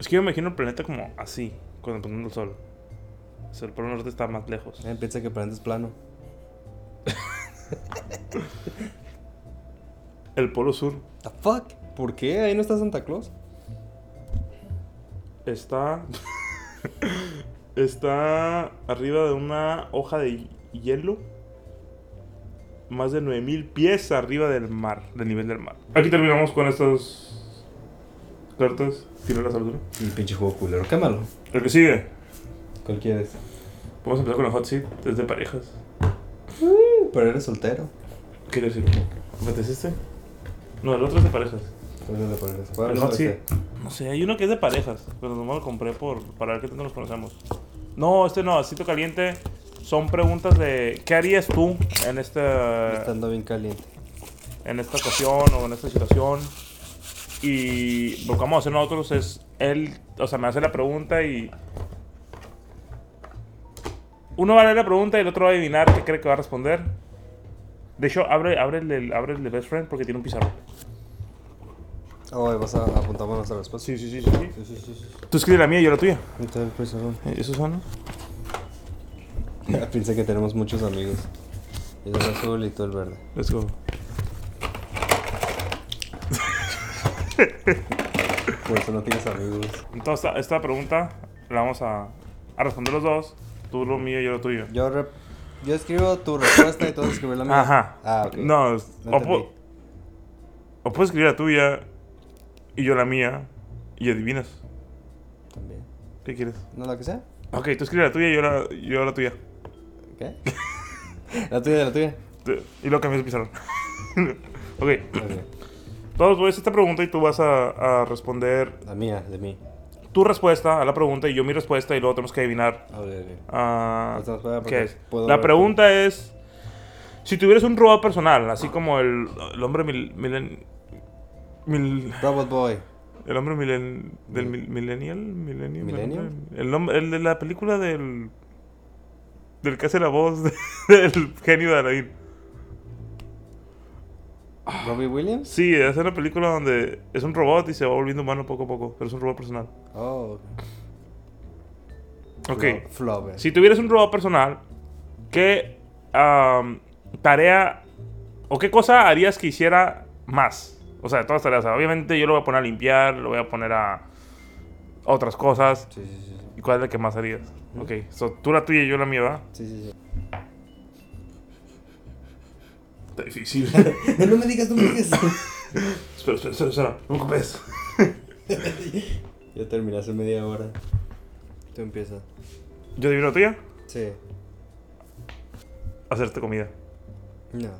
[SPEAKER 1] Es que yo me imagino el planeta como así, cuando poniendo el sol. O sea, el Polo Norte está más lejos.
[SPEAKER 4] Eh, piensa que el planeta es plano.
[SPEAKER 1] El Polo Sur
[SPEAKER 4] The fuck? ¿Por qué? Ahí no está Santa Claus.
[SPEAKER 1] está. está arriba de una hoja de hielo. Más de 9000 pies arriba del mar, del nivel del mar. Aquí terminamos con estas cartas. Tirar las alturas.
[SPEAKER 4] Y pinche juego culero, quémalo.
[SPEAKER 1] Lo que sigue.
[SPEAKER 4] ¿Cuál quieres?
[SPEAKER 1] Vamos a empezar con la hot seat. Es de parejas.
[SPEAKER 4] Pero eres soltero.
[SPEAKER 1] ¿Qué decir? ¿Me este? No, el otro es de parejas.
[SPEAKER 4] ¿Cuál es la pobreza? ¿Cuál
[SPEAKER 1] El
[SPEAKER 4] es
[SPEAKER 1] hot
[SPEAKER 4] la
[SPEAKER 1] seat. No sé, hay uno que es de parejas, pero nomás lo compré por, para ver qué tanto nos conocemos. No, este no, Cito Caliente. Son preguntas de ¿qué harías tú en esta,
[SPEAKER 4] Estando bien caliente.
[SPEAKER 1] en esta ocasión o en esta situación? Y lo que vamos a hacer nosotros es, él, o sea, me hace la pregunta y... Uno va a leer la pregunta y el otro va a adivinar qué cree que va a responder. De hecho, abre, abre, el, del- abre el de Best Friend porque tiene un pizarro.
[SPEAKER 4] Oh, vas a apuntar nuestra respuesta.
[SPEAKER 1] Sí, sí, sí, sí. sí.
[SPEAKER 4] sí, sí. sí.
[SPEAKER 1] Tú escribe la mía y yo la tuya.
[SPEAKER 4] Entonces, pues, no.
[SPEAKER 1] ¿Eso suena?
[SPEAKER 4] Piensa que tenemos muchos amigos. Yo soy el azul y tú el verde.
[SPEAKER 1] Let's go.
[SPEAKER 4] Por eso no tienes amigos.
[SPEAKER 1] Entonces, esta, esta pregunta la vamos a, a responder los dos. Tú lo mío y yo lo tuyo.
[SPEAKER 4] Yo, rep- yo escribo tu respuesta y tú vas a escribir la mía.
[SPEAKER 1] Ajá.
[SPEAKER 4] Ah, ok.
[SPEAKER 1] No, es-
[SPEAKER 4] No
[SPEAKER 1] o,
[SPEAKER 4] entendí.
[SPEAKER 1] pu- o puedes escribir la tuya y yo la mía y adivinas.
[SPEAKER 4] También.
[SPEAKER 1] ¿Qué quieres?
[SPEAKER 4] ¿No lo que sea?
[SPEAKER 1] Ok, tú escribe la tuya y yo la, yo la tuya.
[SPEAKER 4] ¿Qué? la tuya, la tuya.
[SPEAKER 1] Te- Y lo cambias de pizarrón. ok,
[SPEAKER 4] Ok.
[SPEAKER 1] todos voy a hacer esta pregunta y tú vas a, a responder
[SPEAKER 4] La mía, de mí.
[SPEAKER 1] tu respuesta a la pregunta y yo mi respuesta y luego tenemos que adivinar
[SPEAKER 4] Ok, ok.
[SPEAKER 1] Ah,
[SPEAKER 4] Entonces, espera, porque
[SPEAKER 1] ¿Qué es?
[SPEAKER 4] puedo
[SPEAKER 1] La
[SPEAKER 4] ver
[SPEAKER 1] pregunta es: si tuvieras un robot personal, así como el, el hombre mil, milen- mil-
[SPEAKER 4] Robot Boy.
[SPEAKER 1] el hombre milen- del mil- millennial, millennium,
[SPEAKER 4] ¿Millennial?
[SPEAKER 1] el, hom- el de la película del del que hace la voz de- del genio de Aladdin.
[SPEAKER 4] Robbie Williams.
[SPEAKER 1] Sí, es una película donde es un robot y se va volviendo humano poco a poco, pero es un robot personal.
[SPEAKER 4] Oh.
[SPEAKER 1] Ok.
[SPEAKER 4] Flo- Flover.
[SPEAKER 1] Si tuvieras un robot personal, ¿qué am, tarea o qué cosa harías que hiciera más? O sea, de todas las tareas. Obviamente yo lo voy a poner a limpiar, lo voy a poner a otras cosas.
[SPEAKER 4] Sí, sí, sí.
[SPEAKER 1] ¿Y cuál es la que más harías? Ok, so, tú la tuya y yo la mía, ¿va?
[SPEAKER 4] Sí, sí, sí.
[SPEAKER 1] Está difícil.
[SPEAKER 4] no me digas, no me digas.
[SPEAKER 1] espera, espera, espera, espera. No me ocupes.
[SPEAKER 4] ya terminé hace media hora. Tú empiezas.
[SPEAKER 1] Yo adivino la tuya.
[SPEAKER 4] Sí.
[SPEAKER 1] Hacerte comida.
[SPEAKER 4] No.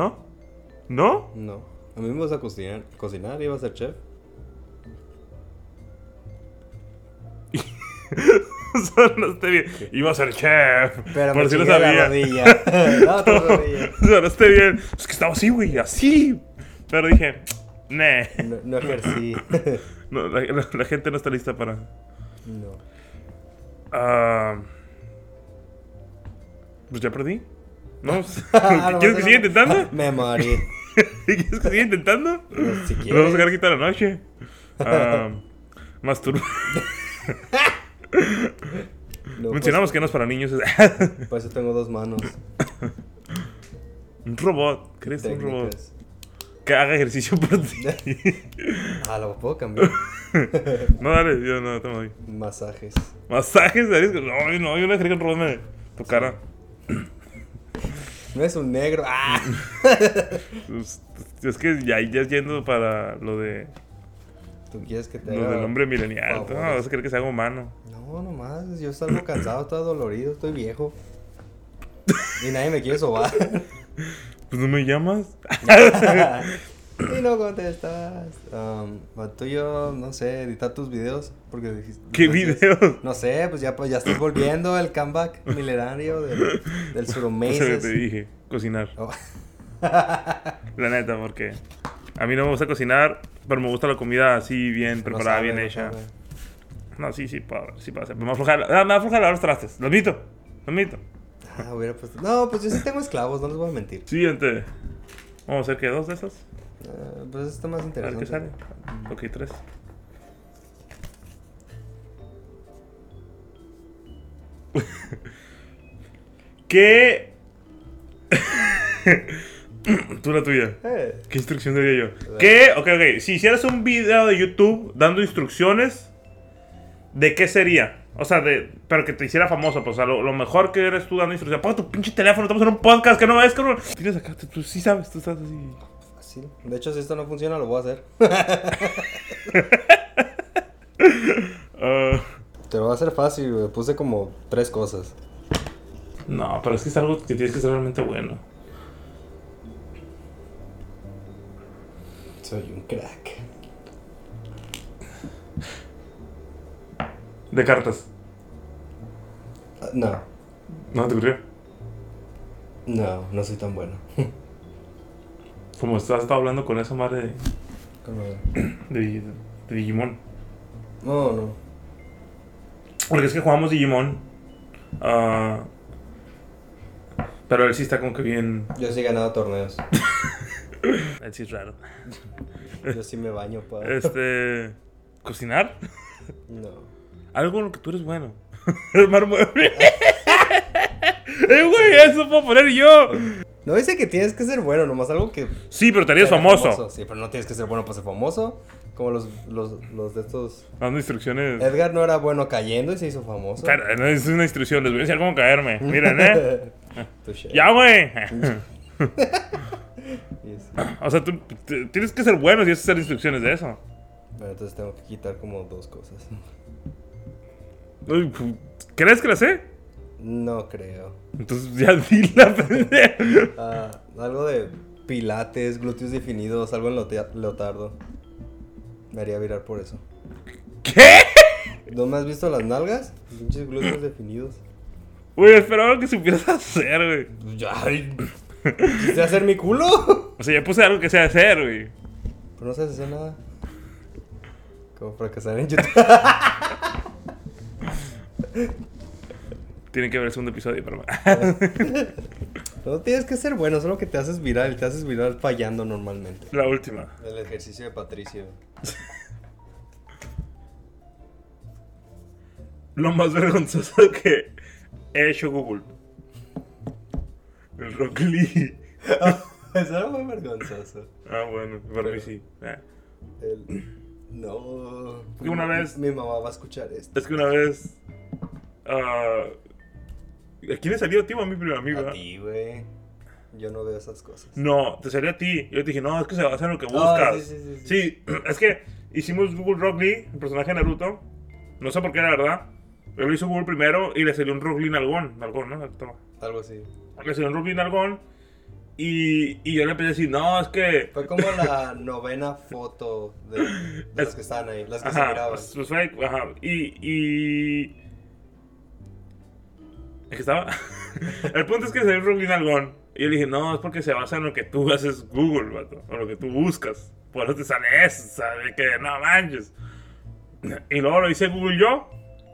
[SPEAKER 1] ¿No? ¿No?
[SPEAKER 4] No. A mí me vas a cocinar, cocinar iba a ser chef.
[SPEAKER 1] O sea, no esté bien. Iba a ser chef.
[SPEAKER 4] Pero
[SPEAKER 1] por
[SPEAKER 4] me
[SPEAKER 1] si lo
[SPEAKER 4] chingué la
[SPEAKER 1] sabía.
[SPEAKER 4] rodilla. la otra rodilla.
[SPEAKER 1] O sea, no esté bien. Es que estaba así, güey, así. Pero dije, nee.
[SPEAKER 4] No, no ejercí.
[SPEAKER 1] No, la, la- la gente no está lista para.
[SPEAKER 4] no.
[SPEAKER 1] Ah, pues ya perdí. ¿No?
[SPEAKER 4] Ah,
[SPEAKER 1] ¿Quieres que
[SPEAKER 4] no,
[SPEAKER 1] siga
[SPEAKER 4] no.
[SPEAKER 1] intentando?
[SPEAKER 4] Me morí.
[SPEAKER 1] ¿Quieres que siga intentando?
[SPEAKER 4] No, Pues,
[SPEAKER 1] Lo
[SPEAKER 4] si
[SPEAKER 1] vamos a
[SPEAKER 4] quieres.
[SPEAKER 1] sacar aquí toda la noche. Ah, masturbar.
[SPEAKER 4] Pues, No,
[SPEAKER 1] Mencionamos que no es para niños.
[SPEAKER 4] Pues, por eso tengo dos manos.
[SPEAKER 1] un robot. ¿Crees un robot?
[SPEAKER 4] Técnicas.
[SPEAKER 1] Que haga ejercicio por ti.
[SPEAKER 4] Ah, lo puedo cambiar.
[SPEAKER 1] no, dale, yo no, te me voy.
[SPEAKER 4] Masajes.
[SPEAKER 1] Masajes de disco. No, yo no, yo no quería que un robot me tocara.
[SPEAKER 4] No es un negro. Ah.
[SPEAKER 1] Es Pues, es que ya, ya es yendo para lo de
[SPEAKER 4] Tú quieres que te
[SPEAKER 1] lo
[SPEAKER 4] haga.
[SPEAKER 1] del hombre milenial.
[SPEAKER 4] favores.
[SPEAKER 1] No, vas a creer que sea algo humano.
[SPEAKER 4] No, nomás. Yo salgo cansado, estoy dolorido, estoy viejo. Y nadie me quiere sobar.
[SPEAKER 1] Pues no me llamas.
[SPEAKER 4] y no contestas. Um, lo tuyo, no sé, editar tus videos. Porque dijiste.
[SPEAKER 1] ¿Qué
[SPEAKER 4] dijiste-
[SPEAKER 1] videos?
[SPEAKER 4] No sé, pues ya, pues ya estás volviendo el comeback milenario del,
[SPEAKER 1] O sea,
[SPEAKER 4] del
[SPEAKER 1] te
[SPEAKER 4] Suromeses.
[SPEAKER 1] dije, cocinar.
[SPEAKER 4] Oh.
[SPEAKER 1] La neta, porque A mí no me gusta cocinar, pero me gusta la comida así bien preparada,
[SPEAKER 4] sabe,
[SPEAKER 1] bien
[SPEAKER 4] no
[SPEAKER 1] hecha.
[SPEAKER 4] sabe.
[SPEAKER 1] No, sí, sí, pa- sí pasa. Pero me va a aflojar, ah, me va a aflojar lavar los trastes. Lo admito, lo admito.
[SPEAKER 4] Ah, hubiera puesto. No, pues yo sí tengo esclavos, no les voy a mentir.
[SPEAKER 1] Siguiente. Vamos a hacer que dos de esas.
[SPEAKER 4] Eh, pues está más
[SPEAKER 1] A ver qué
[SPEAKER 4] interesante.
[SPEAKER 1] sale. Ok, tres. ¿Qué? Tú la tuya.
[SPEAKER 4] Eh,
[SPEAKER 1] ¿Qué instrucción daría yo? ¿Qué? Ok, ok. Si hicieras un video de YouTube dando instrucciones, ¿de qué sería? O sea, de, pero que te hiciera famoso, pues, o sea, lo, lo mejor que eres tú dando instrucciones. Pon tu pinche teléfono, estamos en un podcast que no ves, cabrón. Tienes acá, tú, tú sí sabes, tú estás así.
[SPEAKER 4] fácil. De hecho, si esto no funciona, lo voy a hacer.
[SPEAKER 1] Ah,
[SPEAKER 4] Te lo voy a hacer fácil, güey. Puse como tres cosas.
[SPEAKER 1] no, pero es que es algo que tienes que ser realmente bueno.
[SPEAKER 4] Soy un crack.
[SPEAKER 1] De cartas.
[SPEAKER 4] Ah, No,
[SPEAKER 1] ¿No te ocurrió?
[SPEAKER 4] no, no soy tan bueno.
[SPEAKER 1] Como estás estado hablando con esa madre
[SPEAKER 4] Como-
[SPEAKER 1] de, de, de Digimon.
[SPEAKER 4] No, no.
[SPEAKER 1] Porque es que jugamos Digimon. ah, pero él sí está como que bien.
[SPEAKER 4] Yo sí he ganado torneos.
[SPEAKER 1] Él sí es raro.
[SPEAKER 4] Yo sí me baño, pa.
[SPEAKER 1] Este. ¿Cocinar?
[SPEAKER 4] No.
[SPEAKER 1] Algo en lo que tú eres bueno. Armar muebles. ¡Eh, güey! Eso puedo poner yo.
[SPEAKER 4] No dice que tienes que ser bueno, nomás algo que.
[SPEAKER 1] Sí, pero te harías
[SPEAKER 4] seas
[SPEAKER 1] famoso.
[SPEAKER 4] Sí, pero no tienes que ser bueno para ser famoso. Como los, los, los de estos.
[SPEAKER 1] Dando instrucciones.
[SPEAKER 4] Edgar no era bueno cayendo y se hizo famoso.
[SPEAKER 1] Cara, no es una instrucción, les voy a enseñar cómo caerme. Miren, ¿eh?
[SPEAKER 4] Touché.
[SPEAKER 1] ¡Ya, güey!
[SPEAKER 4] Y sí.
[SPEAKER 1] o sea, tú t- tienes que ser bueno si vas a hacer instrucciones de eso.
[SPEAKER 4] Bueno, entonces tengo que quitar como dos cosas.
[SPEAKER 1] Uy, pu- ¿Crees que la sé?
[SPEAKER 4] No creo.
[SPEAKER 1] Entonces ya di la pendeja.
[SPEAKER 4] Ah, algo de pilates, glúteos definidos, algo en lotea- leotardo. Me haría virar por eso.
[SPEAKER 1] ¿Qué?
[SPEAKER 4] ¿No me has visto las nalgas? Pinches glúteos definidos.
[SPEAKER 1] Güey, esperaba que supieras hacer, güey.
[SPEAKER 4] Pues Ay, ¿Quisiste hacer mi culo?
[SPEAKER 1] O sea, ya puse algo que sea hacer, güey.
[SPEAKER 4] Pero no sabes hacer nada. Como fracasar en YouTube.
[SPEAKER 1] Tienen que ver el segundo episodio, pero.
[SPEAKER 4] No tienes que ser bueno, solo que te haces viral y te haces viral fallando normalmente.
[SPEAKER 1] la última.
[SPEAKER 4] El ejercicio de Patricio.
[SPEAKER 1] Lo más vergonzoso que he hecho Google. El Rock Lee.
[SPEAKER 4] Eso era muy vergonzoso.
[SPEAKER 1] Ah, bueno, para mí sí. Eh,
[SPEAKER 4] El- No.
[SPEAKER 1] Que una vez-
[SPEAKER 4] Mi mamá va a escuchar esto.
[SPEAKER 1] Es que una vez. ah, ¿A quién le salió tío a mi primer amigo?
[SPEAKER 4] A ti, güey. Yo no veo esas cosas.
[SPEAKER 1] No, te salió a ti. Yo te dije, no, es que se va a hacer lo que
[SPEAKER 4] Ah,
[SPEAKER 1] buscas.
[SPEAKER 4] sí, sí, sí, sí.
[SPEAKER 1] Sí, es que hicimos Google Rock Lee, el personaje de Naruto. No sé por qué, la verdad. Pero lo hizo Google primero y le salió un Rock Lee Nalgón. Nalgón, ¿no? Toma.
[SPEAKER 4] Algo así.
[SPEAKER 1] Le salió un Rock Lee Nalgón. Y, y yo le empecé a decir, no, es que.
[SPEAKER 4] Fue como la novena foto de, de las que estaban ahí, las que se
[SPEAKER 1] Ajá,
[SPEAKER 4] miraban.
[SPEAKER 1] pues, pues, fue- ajá. Y. y... ¿Es que estaba? el punto es que salió un Rock Lee Nalgón. Y yo le dije, no, es porque se basa en lo que tú haces Google, vato. O lo que tú buscas. Por eso te sale eso, ¿sabes? Que no manches. Y luego lo hice Google yo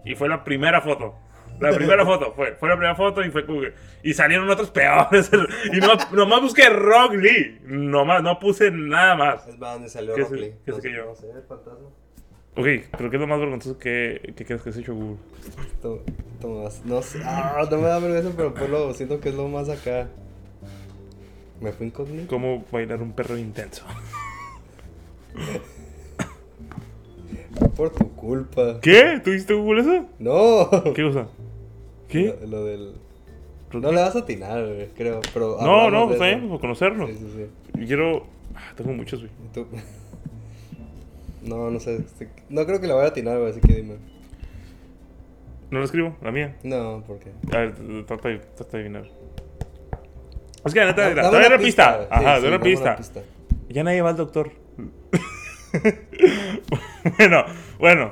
[SPEAKER 1] y fue la primera foto. La primera foto fue, fue la primera foto y fue Google. Y salieron otros peores. Y no, nomás busqué Rock Lee. Nomás, no puse nada más.
[SPEAKER 4] Es más, donde salió
[SPEAKER 1] ¿Qué es-
[SPEAKER 4] Rockley.
[SPEAKER 1] qué es
[SPEAKER 4] No sé-
[SPEAKER 1] aquello?
[SPEAKER 4] No sé, el fantasma.
[SPEAKER 1] Ok, pero ¿qué es lo más vergonzoso que, que crees que has hecho Google?
[SPEAKER 4] Tom- Tomás, no sé. Ah, no me da vergüenza, pero pues lo siento que es lo más acá. ¿Me fui incógnito?
[SPEAKER 1] ¿Cómo bailar un perro intenso?
[SPEAKER 4] Por tu culpa.
[SPEAKER 1] ¿Qué? ¿Tuviste Google eso?
[SPEAKER 4] ¡No!
[SPEAKER 1] ¿Qué cosa? ¿Qué?
[SPEAKER 4] Lo, lo del. No le vas a atinar, güey, creo.
[SPEAKER 1] No,
[SPEAKER 4] Pero
[SPEAKER 1] pues, eh, no,
[SPEAKER 4] hablamos de
[SPEAKER 1] está
[SPEAKER 4] eso.
[SPEAKER 1] bien, por conocernos.
[SPEAKER 4] Sí, sí, sí.
[SPEAKER 1] Y Quiero. ah, Tengo muchos, güey.
[SPEAKER 4] ¿Y tú? No, no sé. este- No creo que la voy a atinar, güey, así que dime.
[SPEAKER 1] No lo escribo, la mía.
[SPEAKER 4] No, ¿por qué?
[SPEAKER 1] A ver, t- trata de, trata de adivinar. Es que la neta,
[SPEAKER 4] Da-
[SPEAKER 1] mira,
[SPEAKER 4] Ah,
[SPEAKER 1] te
[SPEAKER 4] dame
[SPEAKER 1] doy
[SPEAKER 4] una
[SPEAKER 1] una pista.
[SPEAKER 4] güey. Sí,
[SPEAKER 1] Ajá,
[SPEAKER 4] sí,
[SPEAKER 1] doy una
[SPEAKER 4] dame
[SPEAKER 1] pista. Ya nadie va al doctor. bueno, bueno.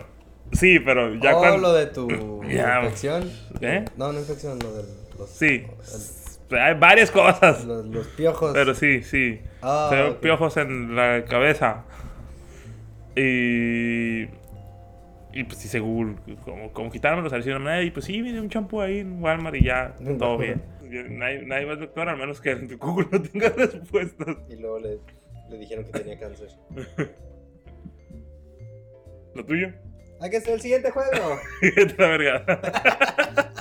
[SPEAKER 1] Sí, pero ya
[SPEAKER 4] oh,
[SPEAKER 1] cuando.
[SPEAKER 4] lo de tu
[SPEAKER 1] Ya. pues.
[SPEAKER 4] infección.
[SPEAKER 1] ¿Eh?
[SPEAKER 4] No, no infección, lo de los...
[SPEAKER 1] Sí.
[SPEAKER 4] el-
[SPEAKER 1] Hay varias cosas.
[SPEAKER 4] Los, los piojos.
[SPEAKER 1] Pero sí, sí.
[SPEAKER 4] Ah,
[SPEAKER 1] Se ven
[SPEAKER 4] ok.
[SPEAKER 1] piojos en la cabeza. Y. Y pues sí, seguro. Como, como quitármelos a ver si de una manera. Y pues sí, viene un champú ahí en Walmart y ya. Todo bien. Nadie, nadie va al doctor, al menos que tu Google no tenga respuestas.
[SPEAKER 4] Y luego le, le dijeron que tenía cáncer.
[SPEAKER 1] Lo tuyo.
[SPEAKER 4] ¿A qué es el siguiente juego?
[SPEAKER 1] Vete a la verga.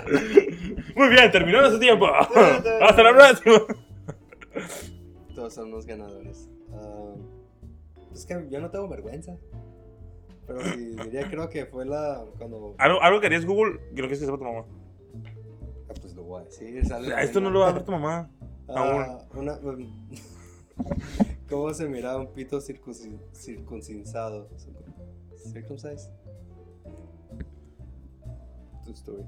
[SPEAKER 1] Muy bien, terminó nuestro tiempo. Hasta la próxima.
[SPEAKER 4] Todos son unos ganadores. Ah, es que yo no tengo vergüenza. Pero sí, diría, creo que fue la. Cuando.
[SPEAKER 1] Algo, algo que harías Google, creo que es que sepa tu mamá.
[SPEAKER 4] Ah, pues lo voy a decir. sale
[SPEAKER 1] Ah, Esto no
[SPEAKER 4] una-
[SPEAKER 1] lo va a ver tu mamá.
[SPEAKER 4] Ah, una. ¿Cómo se miraba un pito circunci- circuncisado? Circumcised. True story.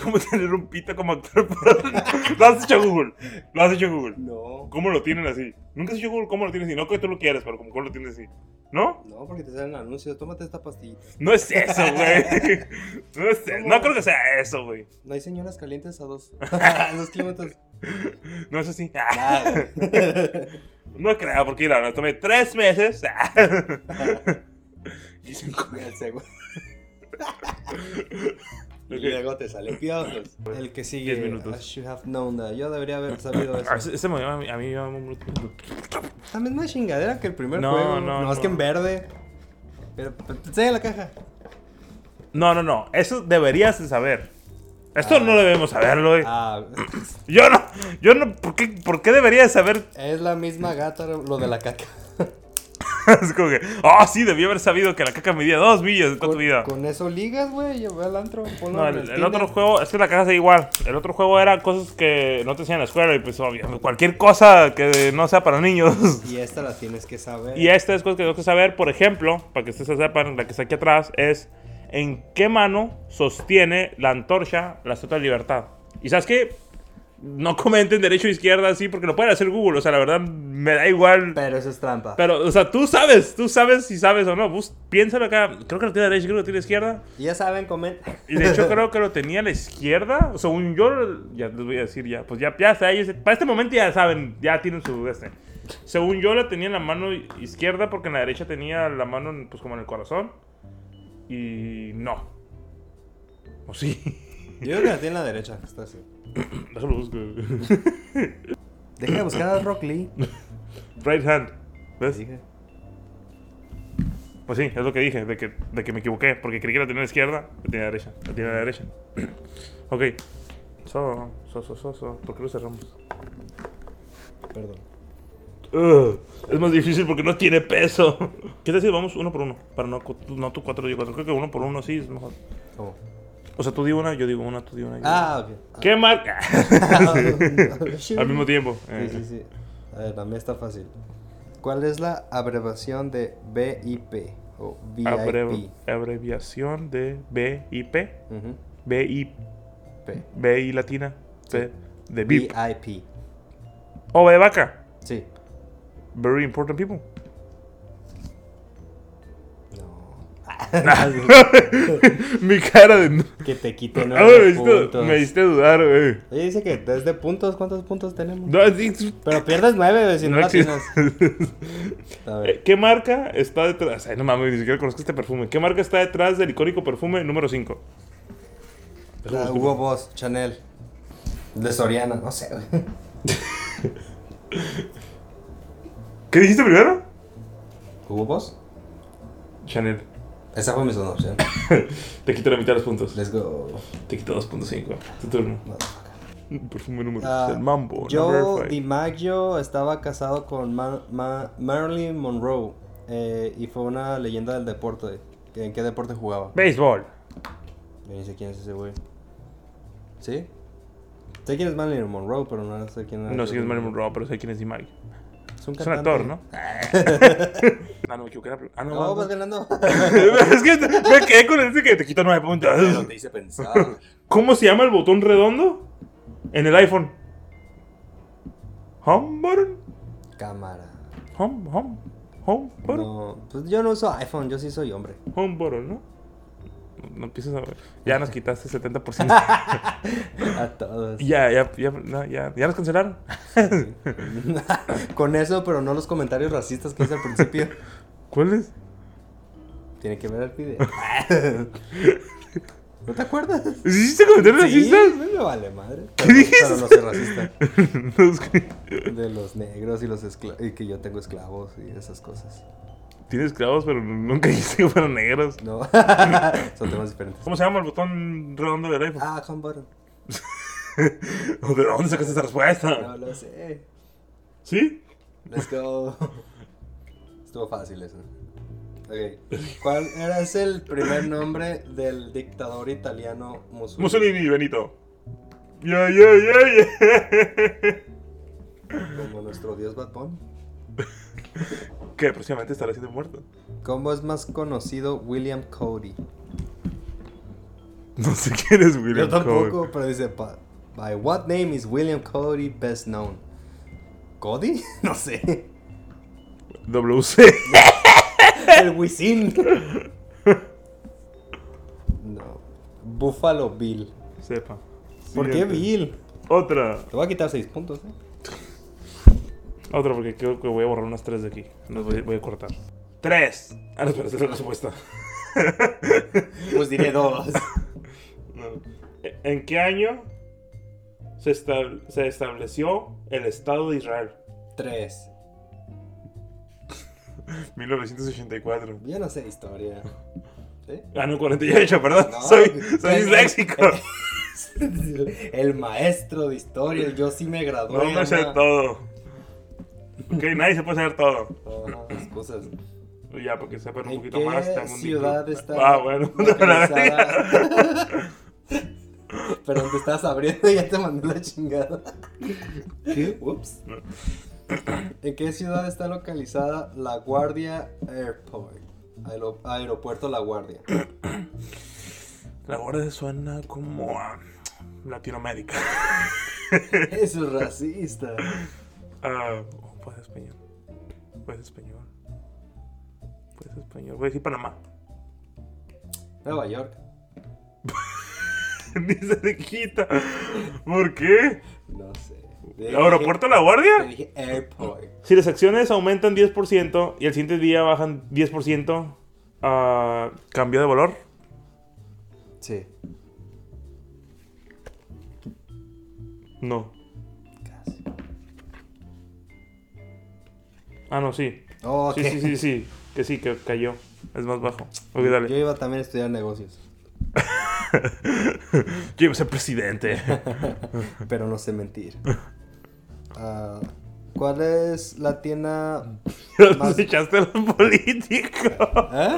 [SPEAKER 1] ¿Cómo tener un pito como actor porno? Lo has hecho Google. Lo has hecho Google.
[SPEAKER 4] No.
[SPEAKER 1] ¿Cómo lo tienen así? Nunca has hecho Google cómo lo tienen así. No que tú lo quieras, pero como cómo lo tienes así. ¿No?
[SPEAKER 4] No, porque te salen anuncios. Tómate esta pastillita.
[SPEAKER 1] No es eso, güey. No es eso. No creo que sea eso, güey.
[SPEAKER 4] No hay señoras calientes a dos, a dos kilómetros.
[SPEAKER 1] No es así. Ah,
[SPEAKER 4] Nada.
[SPEAKER 1] No creo, porque mira, lo tomé tres meses. Y cinco
[SPEAKER 4] El segundo. Y
[SPEAKER 1] Ok.
[SPEAKER 4] luego te salen piojos. El que sigue.
[SPEAKER 1] Diez minutos.
[SPEAKER 4] I should have known that. Yo debería haber sabido eso.
[SPEAKER 1] Ah, Ese ese me llama a mí, a mí me llama un bruto.
[SPEAKER 4] La misma chingadera que el primer
[SPEAKER 1] No,
[SPEAKER 4] juego.
[SPEAKER 1] no,
[SPEAKER 4] No, Más
[SPEAKER 1] no.
[SPEAKER 4] que en verde. Pero, pero te enseña la caja.
[SPEAKER 1] No, no, no. Eso deberías de saber. Esto no debemos saberlo, güey.
[SPEAKER 4] Ah,
[SPEAKER 1] Yo no, yo no, ¿por qué, por qué debería de saber?
[SPEAKER 4] es la misma gata lo de la caca.
[SPEAKER 1] es como que, oh, sí, debí haber sabido que la caca medía dos millas de toda tu vida.
[SPEAKER 4] con eso ligas, güey. Yo voy al antro. ponlo
[SPEAKER 1] No,
[SPEAKER 4] en
[SPEAKER 1] el, el
[SPEAKER 4] Tinder.
[SPEAKER 1] otro juego, es que la caja es igual. El otro juego era cosas que no te enseñan en la escuela y pues obvio, cualquier cosa que no sea para niños.
[SPEAKER 4] Y esta la tienes que saber.
[SPEAKER 1] Y esta es cosa que tengo que saber, por ejemplo, para que ustedes se sepan, la que está aquí atrás, es en qué mano sostiene la antorcha la Estatua de Libertad. Y sabes qué? No comenten derecho o izquierda así porque lo puede hacer Google. O sea, la verdad me da igual.
[SPEAKER 4] Pero eso es trampa.
[SPEAKER 1] Pero, o sea, tú sabes, tú sabes si sabes o no. Bus- piénsalo acá. Creo que lo tiene derecha, creo que lo tiene izquierda.
[SPEAKER 4] Y ya saben, comenta.
[SPEAKER 1] Y de hecho creo que lo tenía a la izquierda. O sea, un yo ya les voy a decir ya. Pues ya, ya está, ellos- para este momento ya saben, ya tienen su este. Según yo la tenía en la mano izquierda porque en la derecha tenía la mano en- pues como en el corazón. Y no. O sí.
[SPEAKER 4] Yo creo que la tiene en la derecha. Está así.
[SPEAKER 1] Déjalo busco.
[SPEAKER 4] Deja de buscar a Rock Lee.
[SPEAKER 1] Right hand. ¿Ves?
[SPEAKER 4] Dije.
[SPEAKER 1] Pues sí, es lo que dije, de que, de que me equivoqué, porque creí que la tenía a la izquierda, la tenía a la derecha, la tenía a la derecha. ok. So, so, so, so, so. ¿Por qué lo cerramos?
[SPEAKER 4] Perdón.
[SPEAKER 1] Ugh, es más difícil porque no tiene peso. ¿Qué te decir? Vamos uno por uno. Para no, cu- no tú cuatro, yo cuatro. Creo que uno por uno sí es mejor.
[SPEAKER 4] ¿Cómo?
[SPEAKER 1] O sea, tú di una, yo digo una, tú di una. yo
[SPEAKER 4] Ah, ok.
[SPEAKER 1] digo- ¿Qué mal? Al mismo tiempo. Eh,
[SPEAKER 4] Sí, sí, sí. A ver, la mía está fácil. ¿Cuál es la abreviación de BIP o VIP?
[SPEAKER 1] Abrev- eh, abreviación de B y P.
[SPEAKER 4] Ujú,
[SPEAKER 1] B y,
[SPEAKER 4] P.
[SPEAKER 1] B y latina. P. De VIP.
[SPEAKER 4] VIP.
[SPEAKER 1] O de vaca.
[SPEAKER 4] Sí.
[SPEAKER 1] Very important people.
[SPEAKER 4] No. Ah,
[SPEAKER 1] Ah. Mi cara de. no.
[SPEAKER 4] que te quiten
[SPEAKER 1] Ah, me
[SPEAKER 4] nueve
[SPEAKER 1] hiciste-
[SPEAKER 4] puntos.
[SPEAKER 1] me hiciste dudar, güey.
[SPEAKER 4] Oye, dice que desde puntos, ¿cuántos puntos tenemos?
[SPEAKER 1] No, sí,
[SPEAKER 4] Pero pierdes nueve, güey, si no,
[SPEAKER 1] No
[SPEAKER 4] la
[SPEAKER 1] existe.
[SPEAKER 4] tienes. A
[SPEAKER 1] Eh,
[SPEAKER 4] ver.
[SPEAKER 1] ¿Qué marca está detrás? Ay, no mames, ni siquiera conozco este perfume. ¿Qué marca está detrás del icónico perfume número 5?
[SPEAKER 4] La Hugo Boss, Chanel. De Soriana, no sé, güey.
[SPEAKER 1] ¿Qué dijiste primero?
[SPEAKER 4] ¿Hugo Boss?
[SPEAKER 1] Chanel.
[SPEAKER 4] Esa fue mi segunda opción.
[SPEAKER 1] Te quito la mitad de los puntos.
[SPEAKER 4] Let's go.
[SPEAKER 1] Te quito 2.5. Tu turno.
[SPEAKER 4] Motherfucker.
[SPEAKER 1] Perfume número
[SPEAKER 4] Ah,
[SPEAKER 1] 6. El mambo.
[SPEAKER 4] Joe
[SPEAKER 1] number five.
[SPEAKER 4] DiMaggio estaba casado con Ma- Ma- Marilyn Monroe eh, y fue una leyenda del deporte. ¿Que- ¿En qué deporte jugaba?
[SPEAKER 1] Béisbol.
[SPEAKER 4] Yo ni sé quién es ese güey. ¿Sí? Sé quién es Marilyn Monroe, pero no sé quién
[SPEAKER 1] No sé quién es Marilyn Monroe, pero sé quién es D-Mike.
[SPEAKER 4] Ah, Es un,
[SPEAKER 1] Es un
[SPEAKER 4] cantante.
[SPEAKER 1] actor, ¿no? ah, no, me equivoqué. era- Ah, no.
[SPEAKER 4] No, pues vas
[SPEAKER 1] vamos.
[SPEAKER 4] ganando.
[SPEAKER 1] es que me quedé con el ese que te quito 9 puntos.
[SPEAKER 4] hice pensar.
[SPEAKER 1] ¿Cómo se llama el botón redondo? En el iPhone. Home button.
[SPEAKER 4] Cámara.
[SPEAKER 1] Home, home, home button.
[SPEAKER 4] No, pues yo no uso iPhone, yo sí soy hombre.
[SPEAKER 1] Home button, ¿no? no empieces a... Ya nos quitaste 70%.
[SPEAKER 4] A todos.
[SPEAKER 1] ya, ya, ya, no, ya, ya nos cancelaron.
[SPEAKER 4] Con eso, pero no los comentarios racistas que hice al principio.
[SPEAKER 1] ¿Cuáles?
[SPEAKER 4] Tiene que ver el video. ¿No te acuerdas?
[SPEAKER 1] ¿Hiciste comentarios
[SPEAKER 4] Sí,
[SPEAKER 1] racistas?
[SPEAKER 4] me vale madre.
[SPEAKER 1] ¿Qué
[SPEAKER 4] Pero-
[SPEAKER 1] dijiste?
[SPEAKER 4] Pero no soy racista.
[SPEAKER 1] Los que-
[SPEAKER 4] De los negros y los esclavos. Y que yo tengo esclavos y esas cosas.
[SPEAKER 1] Tienes clavos, pero nunca dijiste que fueron negros.
[SPEAKER 4] No. Son temas diferentes.
[SPEAKER 1] ¿Cómo se llama el botón redondo del iPhone?
[SPEAKER 4] Ah, Juan Bottom.
[SPEAKER 1] ¿De dónde sacaste esa
[SPEAKER 4] No
[SPEAKER 1] respuesta?
[SPEAKER 4] lo sé.
[SPEAKER 1] ¿Sí?
[SPEAKER 4] Let's go. Estuvo fácil eso. Ok. ¿Cuál era ese el primer nombre del dictador italiano Mussolini?
[SPEAKER 1] Mussolini y Benito. Ya, ya, ya, ya.
[SPEAKER 4] Como nuestro dios Bad Bunny.
[SPEAKER 1] Que próximamente estará siendo muerto.
[SPEAKER 4] ¿Cómo es más conocido William Cody?
[SPEAKER 1] No sé quién es William
[SPEAKER 4] Yo tampoco,
[SPEAKER 1] Cole.
[SPEAKER 4] pero dice "But By what name is William Cody best known? ¿Cody? No sé.
[SPEAKER 1] WC.
[SPEAKER 4] El Wisin. No. Buffalo Bill.
[SPEAKER 1] Sepa.
[SPEAKER 4] ¿Por qué
[SPEAKER 1] Siguiente.
[SPEAKER 4] Bill?
[SPEAKER 1] Otra.
[SPEAKER 4] Te voy a quitar 6 puntos, eh.
[SPEAKER 1] Otra, porque creo que voy a borrar unas tres de aquí. Las voy, voy a cortar. ¡Tres! Ah, no, espera, esa es la respuesta.
[SPEAKER 4] Pues diré dos.
[SPEAKER 1] Eh, ¿En qué año se, estab- se estableció el Estado de Israel?
[SPEAKER 4] Tres.
[SPEAKER 1] 1984.
[SPEAKER 4] Yo no sé de historia. ¿Sí?
[SPEAKER 1] Ah, no, 48, perdón.
[SPEAKER 4] No.
[SPEAKER 1] soy soy disléxico.
[SPEAKER 4] El maestro de historia, yo sí me gradué.
[SPEAKER 1] No me sé
[SPEAKER 4] Ana.
[SPEAKER 1] todo. Ok, nadie se puede saber todo.
[SPEAKER 4] Ajá, excusas.
[SPEAKER 1] Ya, porque sepan un
[SPEAKER 4] ¿En
[SPEAKER 1] poquito
[SPEAKER 4] qué
[SPEAKER 1] más. tengo un
[SPEAKER 4] ciudad
[SPEAKER 1] libro.
[SPEAKER 4] está?
[SPEAKER 1] Ah, bueno.
[SPEAKER 4] localizada? Perdón, te estabas abriendo y ya te mandé la chingada. ¿Qué? Ups. ¿En qué ciudad está localizada La Guardia Airport? Aero- aeropuerto La Guardia.
[SPEAKER 1] La guardia suena como a Latinoamérica.
[SPEAKER 4] Eso es racista.
[SPEAKER 1] Ah, oh, pues español. Pues español. Pues español. Voy a decir Panamá.
[SPEAKER 4] Nueva York.
[SPEAKER 1] Ni se le quita. ¿Por qué?
[SPEAKER 4] No sé.
[SPEAKER 1] ¿El aeropuerto La
[SPEAKER 4] Te
[SPEAKER 1] Guardia?
[SPEAKER 4] dije airport.
[SPEAKER 1] Si las acciones aumentan 10% y el siguiente día bajan 10%, ah, ¿cambio de valor?
[SPEAKER 4] Sí.
[SPEAKER 1] No.
[SPEAKER 4] Casi.
[SPEAKER 1] Ah, no, sí.
[SPEAKER 4] Oh, Ok.
[SPEAKER 1] Sí, sí, sí, sí. Que sí, que cayó. Es más bajo. Ok, dale.
[SPEAKER 4] Yo iba también a estudiar negocios.
[SPEAKER 1] Yo iba a ser presidente.
[SPEAKER 4] Pero no sé mentir. Ah, ¿Cuál es la tienda
[SPEAKER 1] Nos
[SPEAKER 4] Más-
[SPEAKER 1] echaste a los políticos.
[SPEAKER 4] ¿Eh?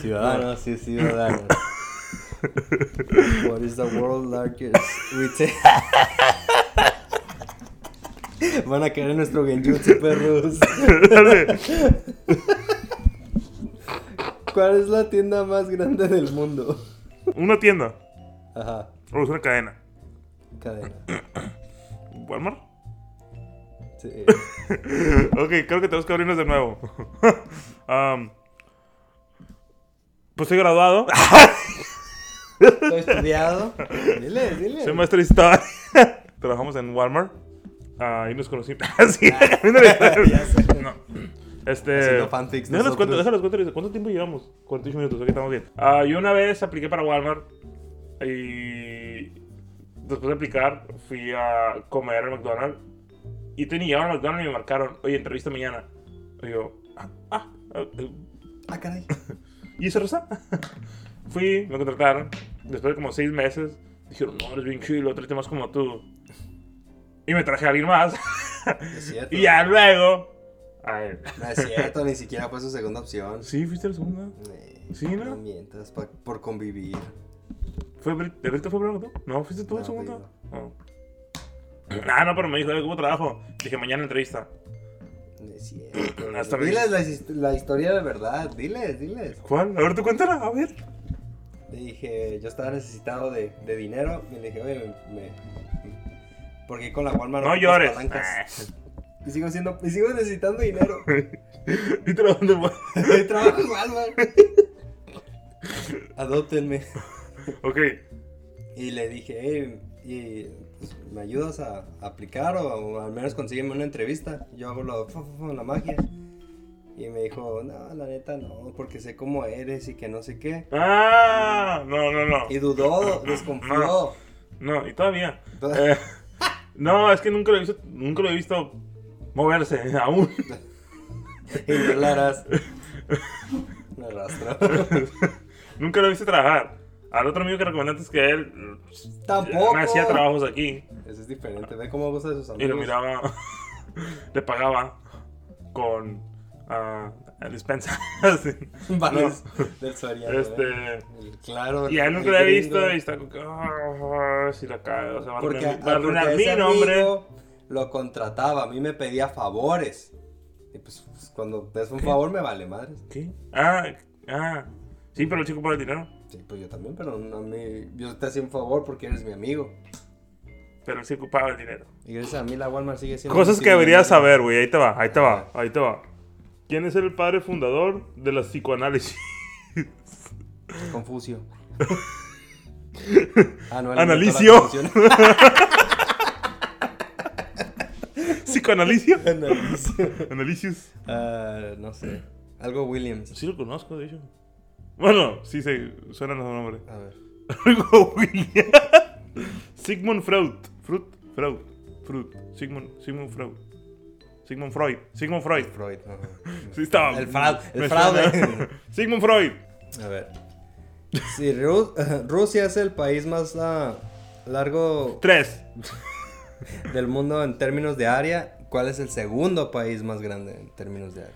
[SPEAKER 4] Ciudadanos, sí, ciudadanos. What is the world's largest retail? Van a caer en nuestro genjutsu, perros.
[SPEAKER 1] Dale.
[SPEAKER 4] ¿Cuál es la tienda más grande del mundo?
[SPEAKER 1] Una tienda.
[SPEAKER 4] Ajá,
[SPEAKER 1] O es una cadena.
[SPEAKER 4] cadena.
[SPEAKER 1] Walmart.
[SPEAKER 4] Sí. eh.
[SPEAKER 1] Ok, creo que tenemos que abrirnos de nuevo. Am, pues soy graduado.
[SPEAKER 4] Estoy estudiado. Dile, dile.
[SPEAKER 1] Soy maestro de historia. Trabajamos en Walmart. Ah, ahí nos conocimos. Así, cambiando la historia.
[SPEAKER 4] Ah. Ya sé.
[SPEAKER 1] No. Este.
[SPEAKER 4] Haciendo fanfics
[SPEAKER 1] Déjalos
[SPEAKER 4] nosotros.
[SPEAKER 1] cuento, déjalos cuento. ¿Cuánto tiempo llevamos? 48 minutos, aquí estamos bien. Ah, yo una vez apliqué para Walmart y. Después de aplicar, fui a comer al McDonald's. Y te ni llevaron al McDonald's y me marcaron, oye, entrevista mañana. Y yo, ah, ah, ah, eh,
[SPEAKER 4] Ah, caray.
[SPEAKER 1] ¿Y esa rosa? Fui, me contrataron. Después de como seis meses, dijeron, no, eres bien chilo, tráete más como tú. Y me traje a alguien más.
[SPEAKER 4] Es cierto.
[SPEAKER 1] y ya luego. A él.
[SPEAKER 4] No es cierto, ni siquiera fue su segunda opción.
[SPEAKER 1] Sí, fuiste la segunda.
[SPEAKER 4] Eh,
[SPEAKER 1] Sí, ¿no?
[SPEAKER 4] No mientas, pa- por convivir.
[SPEAKER 1] ¿Fue Brit- ¿De Brito fue primero que tú? No, fuiste tú
[SPEAKER 4] No,
[SPEAKER 1] la segunda.
[SPEAKER 4] digo.
[SPEAKER 1] Oh. Ah, no, pero me dijo, "Eh, ¿cómo trabajo? Dije, mañana entrevista.
[SPEAKER 4] No es cierto.
[SPEAKER 1] Hasta me-
[SPEAKER 4] diles la, his- la historia de verdad, diles, diles.
[SPEAKER 1] ¿Cuál? A ver, tú cuéntala, a ver.
[SPEAKER 4] Le dije, yo estaba necesitado de, de dinero. Y le dije, oye, me, me- ¿por qué con la Walmart
[SPEAKER 1] No
[SPEAKER 4] ocupas
[SPEAKER 1] llores. Ah.
[SPEAKER 4] palancas? Y sigo siendo, y sigo necesitando dinero.
[SPEAKER 1] Y trabajando igual.
[SPEAKER 4] Yo trabajo igual, man. Adóptenme.
[SPEAKER 1] Ok.
[SPEAKER 4] Y le dije, hey, y, pues, ¿me ayudas a aplicar o, o al menos consígueme una entrevista? Yo hago lo, fu, fu, fu, la magia. Y me dijo, no, la neta no, porque sé cómo eres y que no sé qué.
[SPEAKER 1] Ah, no, no, no.
[SPEAKER 4] Y dudó, desconfió.
[SPEAKER 1] No. No, y todavía.
[SPEAKER 4] Toda-
[SPEAKER 1] Eh, no, es que nunca lo he visto, nunca lo he visto moverse aún.
[SPEAKER 4] Y yo la arras- Me arrastro.
[SPEAKER 1] nunca lo he visto trabajar. Al otro amigo que recomendaste es que él pues,
[SPEAKER 4] Tampoco.
[SPEAKER 1] me hacía trabajos aquí
[SPEAKER 4] Eso es diferente. Ve cómo goza de sus amigos.
[SPEAKER 1] y lo miraba, le pagaba con ah, despensas.
[SPEAKER 4] Vales del Soriano. ve.
[SPEAKER 1] este,
[SPEAKER 4] El- Claro.
[SPEAKER 1] y a él
[SPEAKER 4] el
[SPEAKER 1] nunca lo he
[SPEAKER 4] gringo.
[SPEAKER 1] visto y está como que, "Ah, si la cago, o sea, va a
[SPEAKER 4] Porque,
[SPEAKER 1] arruinar-
[SPEAKER 4] a-
[SPEAKER 1] va a
[SPEAKER 4] porque a
[SPEAKER 1] arruinar
[SPEAKER 4] ese
[SPEAKER 1] mi nombre.
[SPEAKER 4] amigo lo contrataba, a mí me pedía favores. Y pues, pues, cuando es un favor me vale madres.
[SPEAKER 1] ¿Qué? Ah, ah. Sí, pero el chico por el dinero.
[SPEAKER 4] Sí, pues yo también, pero no me... yo te hacía un favor porque eres mi amigo.
[SPEAKER 1] Pero él sí ocupaba el dinero.
[SPEAKER 4] Y gracias a mí la Walmart sigue siendo...
[SPEAKER 1] Cosas
[SPEAKER 4] un
[SPEAKER 1] que deberías
[SPEAKER 4] sinónimo.
[SPEAKER 1] saber, güey. Ahí te va, ahí te va, ahí te va. ¿Quién es el padre fundador de la psicoanálisis?
[SPEAKER 4] Confucio. Ah, no, él inventó la
[SPEAKER 1] Analicio.
[SPEAKER 4] confusión.
[SPEAKER 1] ¿Psicoanalicio?
[SPEAKER 4] Analicio.
[SPEAKER 1] Analicius.
[SPEAKER 4] Ah, no sé. Algo Williams.
[SPEAKER 1] Sí lo conozco, de hecho. Bueno, sí se suena los nombres.
[SPEAKER 4] A ver.
[SPEAKER 1] Algo William. Sigmund Freud. Freud, Freud, Freud. Sigmund, Sigmund Freud. Sigmund Freud. Sigmund Freud.
[SPEAKER 4] Freud. ajá.
[SPEAKER 1] Sí estaba.
[SPEAKER 4] El fraude.
[SPEAKER 1] me
[SPEAKER 4] El fraude.
[SPEAKER 1] suena. Sigmund Freud.
[SPEAKER 4] A ver. Si Ru- Rusia es el país más ah, largo
[SPEAKER 1] Tres.
[SPEAKER 4] del mundo en términos de área, ¿cuál es el segundo país más grande en términos de área?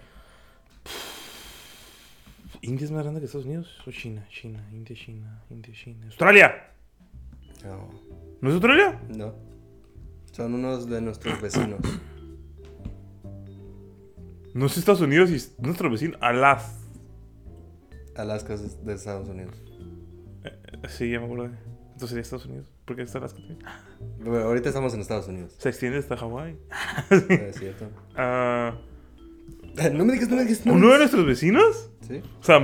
[SPEAKER 1] ¿India es más grande que Estados Unidos? ¿O China? China, India, China, India, China. ¡Australia!
[SPEAKER 4] No.
[SPEAKER 1] ¿No es Australia?
[SPEAKER 4] No. Son unos de nuestros vecinos.
[SPEAKER 1] No es Estados Unidos y es nuestro vecino. Alas.
[SPEAKER 4] Alaska es de Estados Unidos.
[SPEAKER 1] Sí, ya me acuerdo. de- Entonces sería Estados Unidos. Porque está Alaska también.
[SPEAKER 4] Bueno, ahorita estamos en Estados Unidos.
[SPEAKER 1] Se extiende hasta Hawái.
[SPEAKER 4] No es cierto. Eh,
[SPEAKER 1] Ah,
[SPEAKER 4] No me digas, no me digas. No me
[SPEAKER 1] ¿Uno de
[SPEAKER 4] digas.
[SPEAKER 1] nuestros vecinos?
[SPEAKER 4] Sí.
[SPEAKER 1] O sea,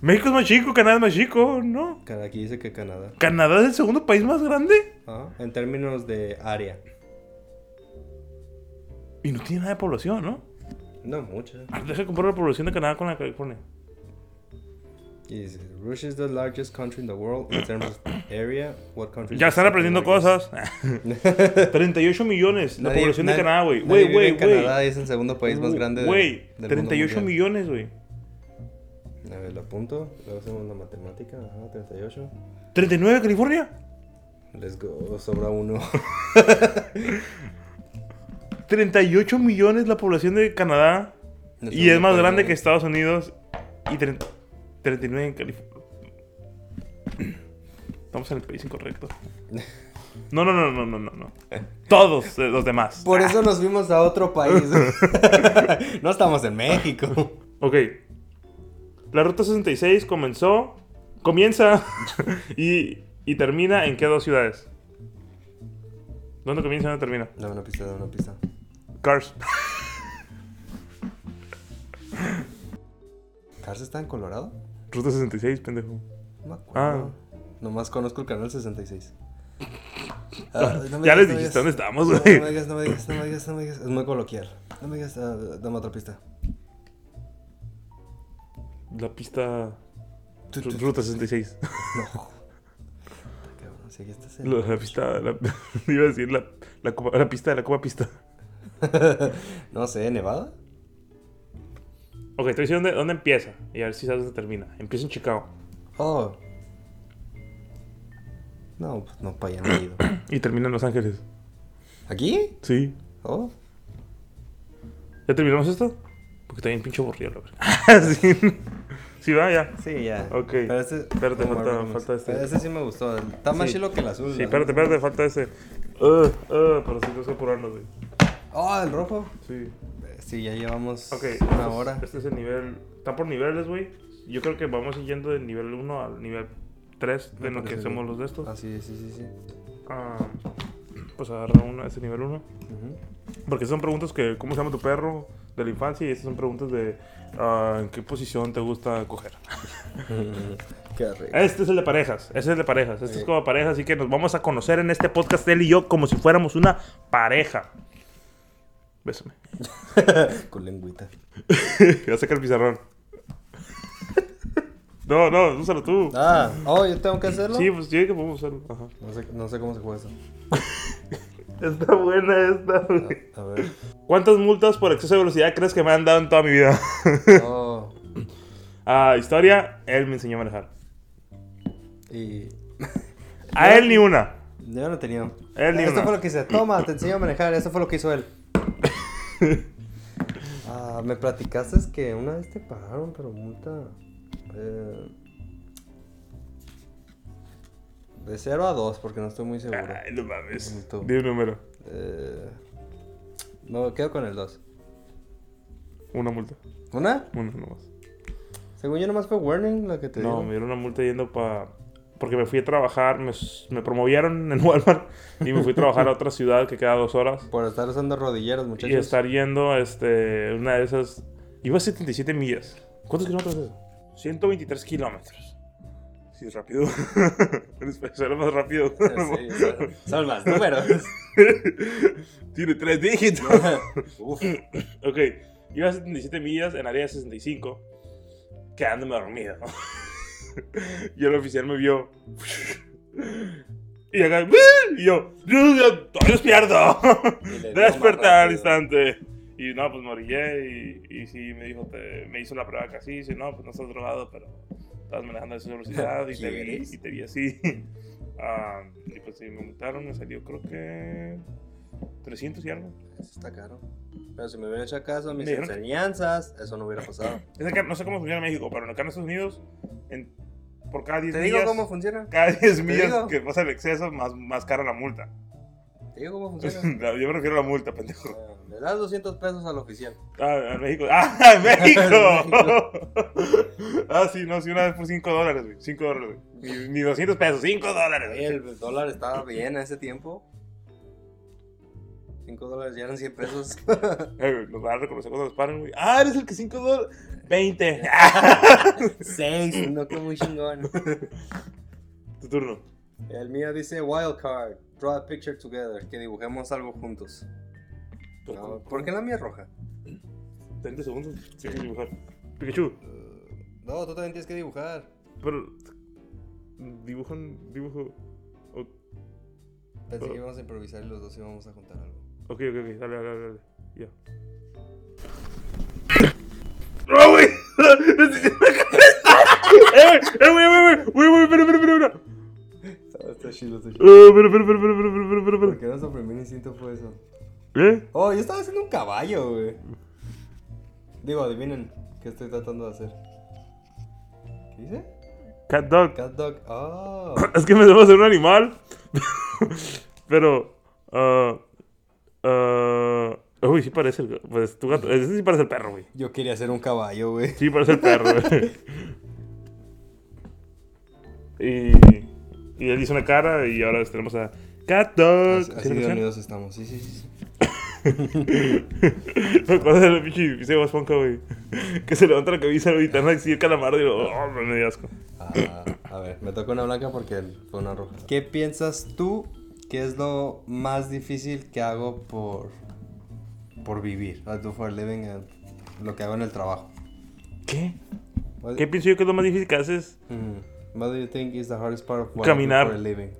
[SPEAKER 1] México es más chico, Canadá es más chico, ¿no?
[SPEAKER 4] Cara, Aquí dice que Canadá.
[SPEAKER 1] ¿Canadá es el segundo país más grande?
[SPEAKER 4] Ajá, En términos de área.
[SPEAKER 1] Y no tiene nada de población, ¿no?
[SPEAKER 4] No mucho.
[SPEAKER 1] Ah, Deja de comparar la población de Canadá con la de California.
[SPEAKER 4] Y dice, Russia is the largest country in the world in terms of area. What country
[SPEAKER 1] Ya
[SPEAKER 4] is
[SPEAKER 1] están
[SPEAKER 4] the
[SPEAKER 1] aprendiendo
[SPEAKER 4] largest?
[SPEAKER 1] cosas. 38 millones la
[SPEAKER 4] Nadie-
[SPEAKER 1] población
[SPEAKER 4] nadie-
[SPEAKER 1] de Canadá, güey.
[SPEAKER 4] nadie
[SPEAKER 1] Güey,
[SPEAKER 4] vive
[SPEAKER 1] güey,
[SPEAKER 4] en
[SPEAKER 1] güey.
[SPEAKER 4] Canadá es el segundo país más grande de-
[SPEAKER 1] Güey,
[SPEAKER 4] del mundo
[SPEAKER 1] 38
[SPEAKER 4] mundial.
[SPEAKER 1] millones, güey.
[SPEAKER 4] A ver, lo apunto. Luego hacemos la matemática. Ajá, 38.
[SPEAKER 1] ¿39 de California?
[SPEAKER 4] Let's go. Sobra uno.
[SPEAKER 1] 38 millones la población de Canadá.
[SPEAKER 4] El
[SPEAKER 1] Y es
[SPEAKER 4] segundo
[SPEAKER 1] más
[SPEAKER 4] país
[SPEAKER 1] grande que este.
[SPEAKER 4] grande.
[SPEAKER 1] Estados Unidos. Y 30 39 en California. Estamos en el país incorrecto. No, no, no, no, no, no. no. Todos eh, los demás.
[SPEAKER 4] Por eso nos fuimos a otro país. no estamos en México.
[SPEAKER 1] Ok. La ruta 66 comenzó. Comienza y, y termina en qué dos ciudades. ¿Dónde comienza y dónde termina?
[SPEAKER 4] Dame una pista, dame una pista.
[SPEAKER 1] Cars.
[SPEAKER 4] ¿Cars está en Colorado?
[SPEAKER 1] Ruta 66, pendejo.
[SPEAKER 4] No me acuerdo.
[SPEAKER 1] Ah.
[SPEAKER 4] Nomás conozco el canal 66. Ah, no me
[SPEAKER 1] ya les
[SPEAKER 4] digas, no me
[SPEAKER 1] dijiste dónde
[SPEAKER 4] digas.
[SPEAKER 1] estábamos,
[SPEAKER 4] No,
[SPEAKER 1] güey.
[SPEAKER 4] No me digas, no me digas, no me digas, no me digas. Es muy coloquial. No me digas, ah, dame otra pista.
[SPEAKER 1] La pista. Ru- Ruta 66.
[SPEAKER 4] No. Cabrón, si aquí estás en-
[SPEAKER 1] La, la pista. La, iba a decir la, la, copa- la pista de la copa pista.
[SPEAKER 4] no sé, ¿Nevada?
[SPEAKER 1] Ok, te voy a decir dónde, dónde empieza y a ver si sabes dónde termina. Empieza en Chicago
[SPEAKER 4] Oh. No, pues no, para allá no he ido.
[SPEAKER 1] y termina en Los Ángeles.
[SPEAKER 4] ¿Aquí?
[SPEAKER 1] Sí.
[SPEAKER 4] Oh.
[SPEAKER 1] ¿Ya terminamos esto? Porque está bien pinche aburrido, la verdad. Ah, sí. sí, va, ya.
[SPEAKER 4] Sí, ya.
[SPEAKER 1] Ok.
[SPEAKER 4] Pero este...
[SPEAKER 1] Espérate,
[SPEAKER 4] Omar
[SPEAKER 1] falta-
[SPEAKER 4] Ramos.
[SPEAKER 1] falta este.
[SPEAKER 4] Pero Este sí me gustó. Está más
[SPEAKER 1] Sí.
[SPEAKER 4] chilo que el azul.
[SPEAKER 1] Sí,
[SPEAKER 4] la
[SPEAKER 1] espérate,
[SPEAKER 4] verdad.
[SPEAKER 1] espérate, falta ese. Uh, uh, pero sí, tenemos que apurarnos, güey.
[SPEAKER 4] Oh, el rojo. Eh,
[SPEAKER 1] Sí.
[SPEAKER 4] Sí, ya llevamos
[SPEAKER 1] Ok,
[SPEAKER 4] una
[SPEAKER 1] pues,
[SPEAKER 4] hora.
[SPEAKER 1] Este es el nivel. Está por niveles, güey. Yo creo que vamos yendo del nivel 1 al nivel 3 de
[SPEAKER 4] Me
[SPEAKER 1] lo que
[SPEAKER 4] parece
[SPEAKER 1] hacemos
[SPEAKER 4] bien.
[SPEAKER 1] los de estos.
[SPEAKER 4] Ah, sí, sí, sí, sí.
[SPEAKER 1] Ah, pues agarra uno, ese nivel 1.
[SPEAKER 4] Ujú.
[SPEAKER 1] Porque son preguntas que, ¿cómo se llama tu perro? De la infancia y estas son preguntas de, ah, ¿en qué posición te gusta coger?
[SPEAKER 2] Qué rico.
[SPEAKER 1] Este es el de parejas, este es el de parejas, este es como pareja, así que nos vamos a conocer en este podcast él y yo como si fuéramos una pareja. Bésame. Eh.
[SPEAKER 4] Con lengüita.
[SPEAKER 1] ya saca el pizarrón. no, no, úsalo tú.
[SPEAKER 4] Ah, oh, yo tengo que hacerlo.
[SPEAKER 1] Sí, pues yo que podemos usarlo. Ajá.
[SPEAKER 4] No sé, no sé cómo se juega eso.
[SPEAKER 1] Está buena esta, güey.
[SPEAKER 4] A ver.
[SPEAKER 1] ¿Cuántas multas por exceso de velocidad crees que me han dado en toda mi vida?
[SPEAKER 4] Oh,
[SPEAKER 1] ah, historia, él me enseñó a manejar.
[SPEAKER 4] y.
[SPEAKER 1] A él ni una.
[SPEAKER 4] Yo no tenía.
[SPEAKER 1] Él ni
[SPEAKER 4] Esto
[SPEAKER 1] una.
[SPEAKER 4] fue lo que hice. Toma, te enseño a manejar. Eso fue lo que hizo él. Ah, me platicaste que una vez te pagaron, pero multa. eh, de 0 a 2, porque no estoy muy seguro.
[SPEAKER 1] Ay, no mames.
[SPEAKER 4] Tú.
[SPEAKER 1] Di un número.
[SPEAKER 4] Eh, no, quedo con el 2.
[SPEAKER 1] Una multa.
[SPEAKER 4] ¿Una?
[SPEAKER 1] Una nomás.
[SPEAKER 4] Según yo, nomás fue warning la que te
[SPEAKER 1] No,
[SPEAKER 4] dieron.
[SPEAKER 1] me dieron una multa yendo para... Porque me fui a trabajar, me, s- me promovieron en Walmart y me fui a trabajar a otra ciudad que queda dos horas.
[SPEAKER 4] Por estar usando rodilleras,
[SPEAKER 1] Y
[SPEAKER 4] muchachos.
[SPEAKER 1] estar yendo, este, una de esas... Iba a 77 millas. ¿Cuántos kilómetros es eso? 123 kilómetros. Sí, es rápido. Era más rápido.
[SPEAKER 4] Sí, son- son más números.
[SPEAKER 1] Tiene tres dígitos.
[SPEAKER 4] Uf.
[SPEAKER 1] Ok, iba a 77 millas en área de 65, quedándome dormido. y el oficial me vio. y acá, y yo, yo, yo todavía despierto.
[SPEAKER 4] Y le dio más
[SPEAKER 1] Desperté
[SPEAKER 4] rápido.
[SPEAKER 1] al instante. Y no, pues me orillé y, y sí, me dijo, te- me hizo la prueba casi. Dice, no, pues no estás drogado, pero estás manejando a esa velocidad y te vi,
[SPEAKER 4] ¿Quieres?
[SPEAKER 1] y te vi así. Ah, y pues sí, me multaron, me salió creo que 300 y algo.
[SPEAKER 4] Eso está caro. Pero si me hubiera hecho caso a mis
[SPEAKER 1] Mira.
[SPEAKER 4] enseñanzas, eso no hubiera pasado.
[SPEAKER 1] Es acá- no sé cómo funciona en México, pero acá en Estados Unidos, en- por cada 10
[SPEAKER 4] Te digo
[SPEAKER 1] millas,
[SPEAKER 4] cómo funciona.
[SPEAKER 1] cada 10 millas
[SPEAKER 4] digo.
[SPEAKER 1] que pasa el exceso, más, más cara la multa.
[SPEAKER 4] Te digo cómo funciona.
[SPEAKER 1] La- Yo me refiero a la multa, pendejo.
[SPEAKER 4] Ah, Le das 200 pesos al oficial.
[SPEAKER 1] Ah, en México. ¡Ah, en México! ah, sí, no, sí, una vez por 5 dólares, güey. 5 dólares, güey. Ni, ni 200 pesos, 5 dólares,
[SPEAKER 4] Oye,
[SPEAKER 1] güey.
[SPEAKER 4] el dólar estaba bien a ese tiempo. 5 dólares ya eran 100 pesos.
[SPEAKER 1] Eh, güey, Nos van a reconocer cuando nos paren, güey. ¡Ah, eres el que 5 dólares! ¡20!
[SPEAKER 4] 6, no que muy chingón.
[SPEAKER 1] Tu turno.
[SPEAKER 4] El mío dice wildcard, draw a picture together, que dibujemos algo juntos. No, ¿Por qué la mía es roja?
[SPEAKER 1] 30 segundos. Sí, dibujar. Pikachu.
[SPEAKER 4] No, tú también tienes que dibujar.
[SPEAKER 1] Pero. Dibujo. Dibujo. o-
[SPEAKER 4] Pensé
[SPEAKER 1] que
[SPEAKER 4] que íbamos a improvisar y los dos íbamos a juntar algo.
[SPEAKER 1] Ok, ok, ok, dale, dale, dale. Ya. ¡No, ¡Ah, güey! ¡Eh, güey! ¡Eh, güey, güey, güey! ¡Güey, güey, espera, espera, espera! espera.
[SPEAKER 4] Está chido, está chido.
[SPEAKER 1] Eh, espera, espera, espera, espera, espera, espera, espera,
[SPEAKER 4] Porque nuestro primer instinto fue eso.
[SPEAKER 1] espera. ¿Eh?
[SPEAKER 4] Oh, yo estaba haciendo un caballo, güey. Digo, adivinen qué estoy tratando de hacer. ¿Qué dice?
[SPEAKER 1] Cat dog.
[SPEAKER 4] Cat dog. Oh.
[SPEAKER 1] Es que me debo hacer un animal. Pero. ah, ah, uy, sí parece el. Pues tu gato. Ese sí parece el perro, güey.
[SPEAKER 4] Yo quería hacer un caballo, güey.
[SPEAKER 1] Sí, parece el perro, güey. Y. Y él hizo una cara y ahora tenemos a. Cat dog.
[SPEAKER 4] Así
[SPEAKER 1] ¿Sí
[SPEAKER 4] así
[SPEAKER 1] la
[SPEAKER 4] de
[SPEAKER 1] canción?
[SPEAKER 4] unidos estamos. Sí, sí, sí.
[SPEAKER 1] Me acuerdo del pinche episodio de Bob Esponja, güey. Que se levanta la cabeza y tan así el calamar y lo. Oh, me dio asco.
[SPEAKER 4] Ah, a ver, me toca una blanca porque fue una roja. ¿Qué piensas tú que es lo más difícil que hago por, por vivir? I do for a living, eh, lo que hago en el trabajo.
[SPEAKER 1] ¿Qué?
[SPEAKER 4] What-
[SPEAKER 1] ¿Qué pienso yo que es lo más difícil que haces?
[SPEAKER 4] Mm. What do you think is the hardest part of what
[SPEAKER 1] Caminar.
[SPEAKER 4] I do for a living?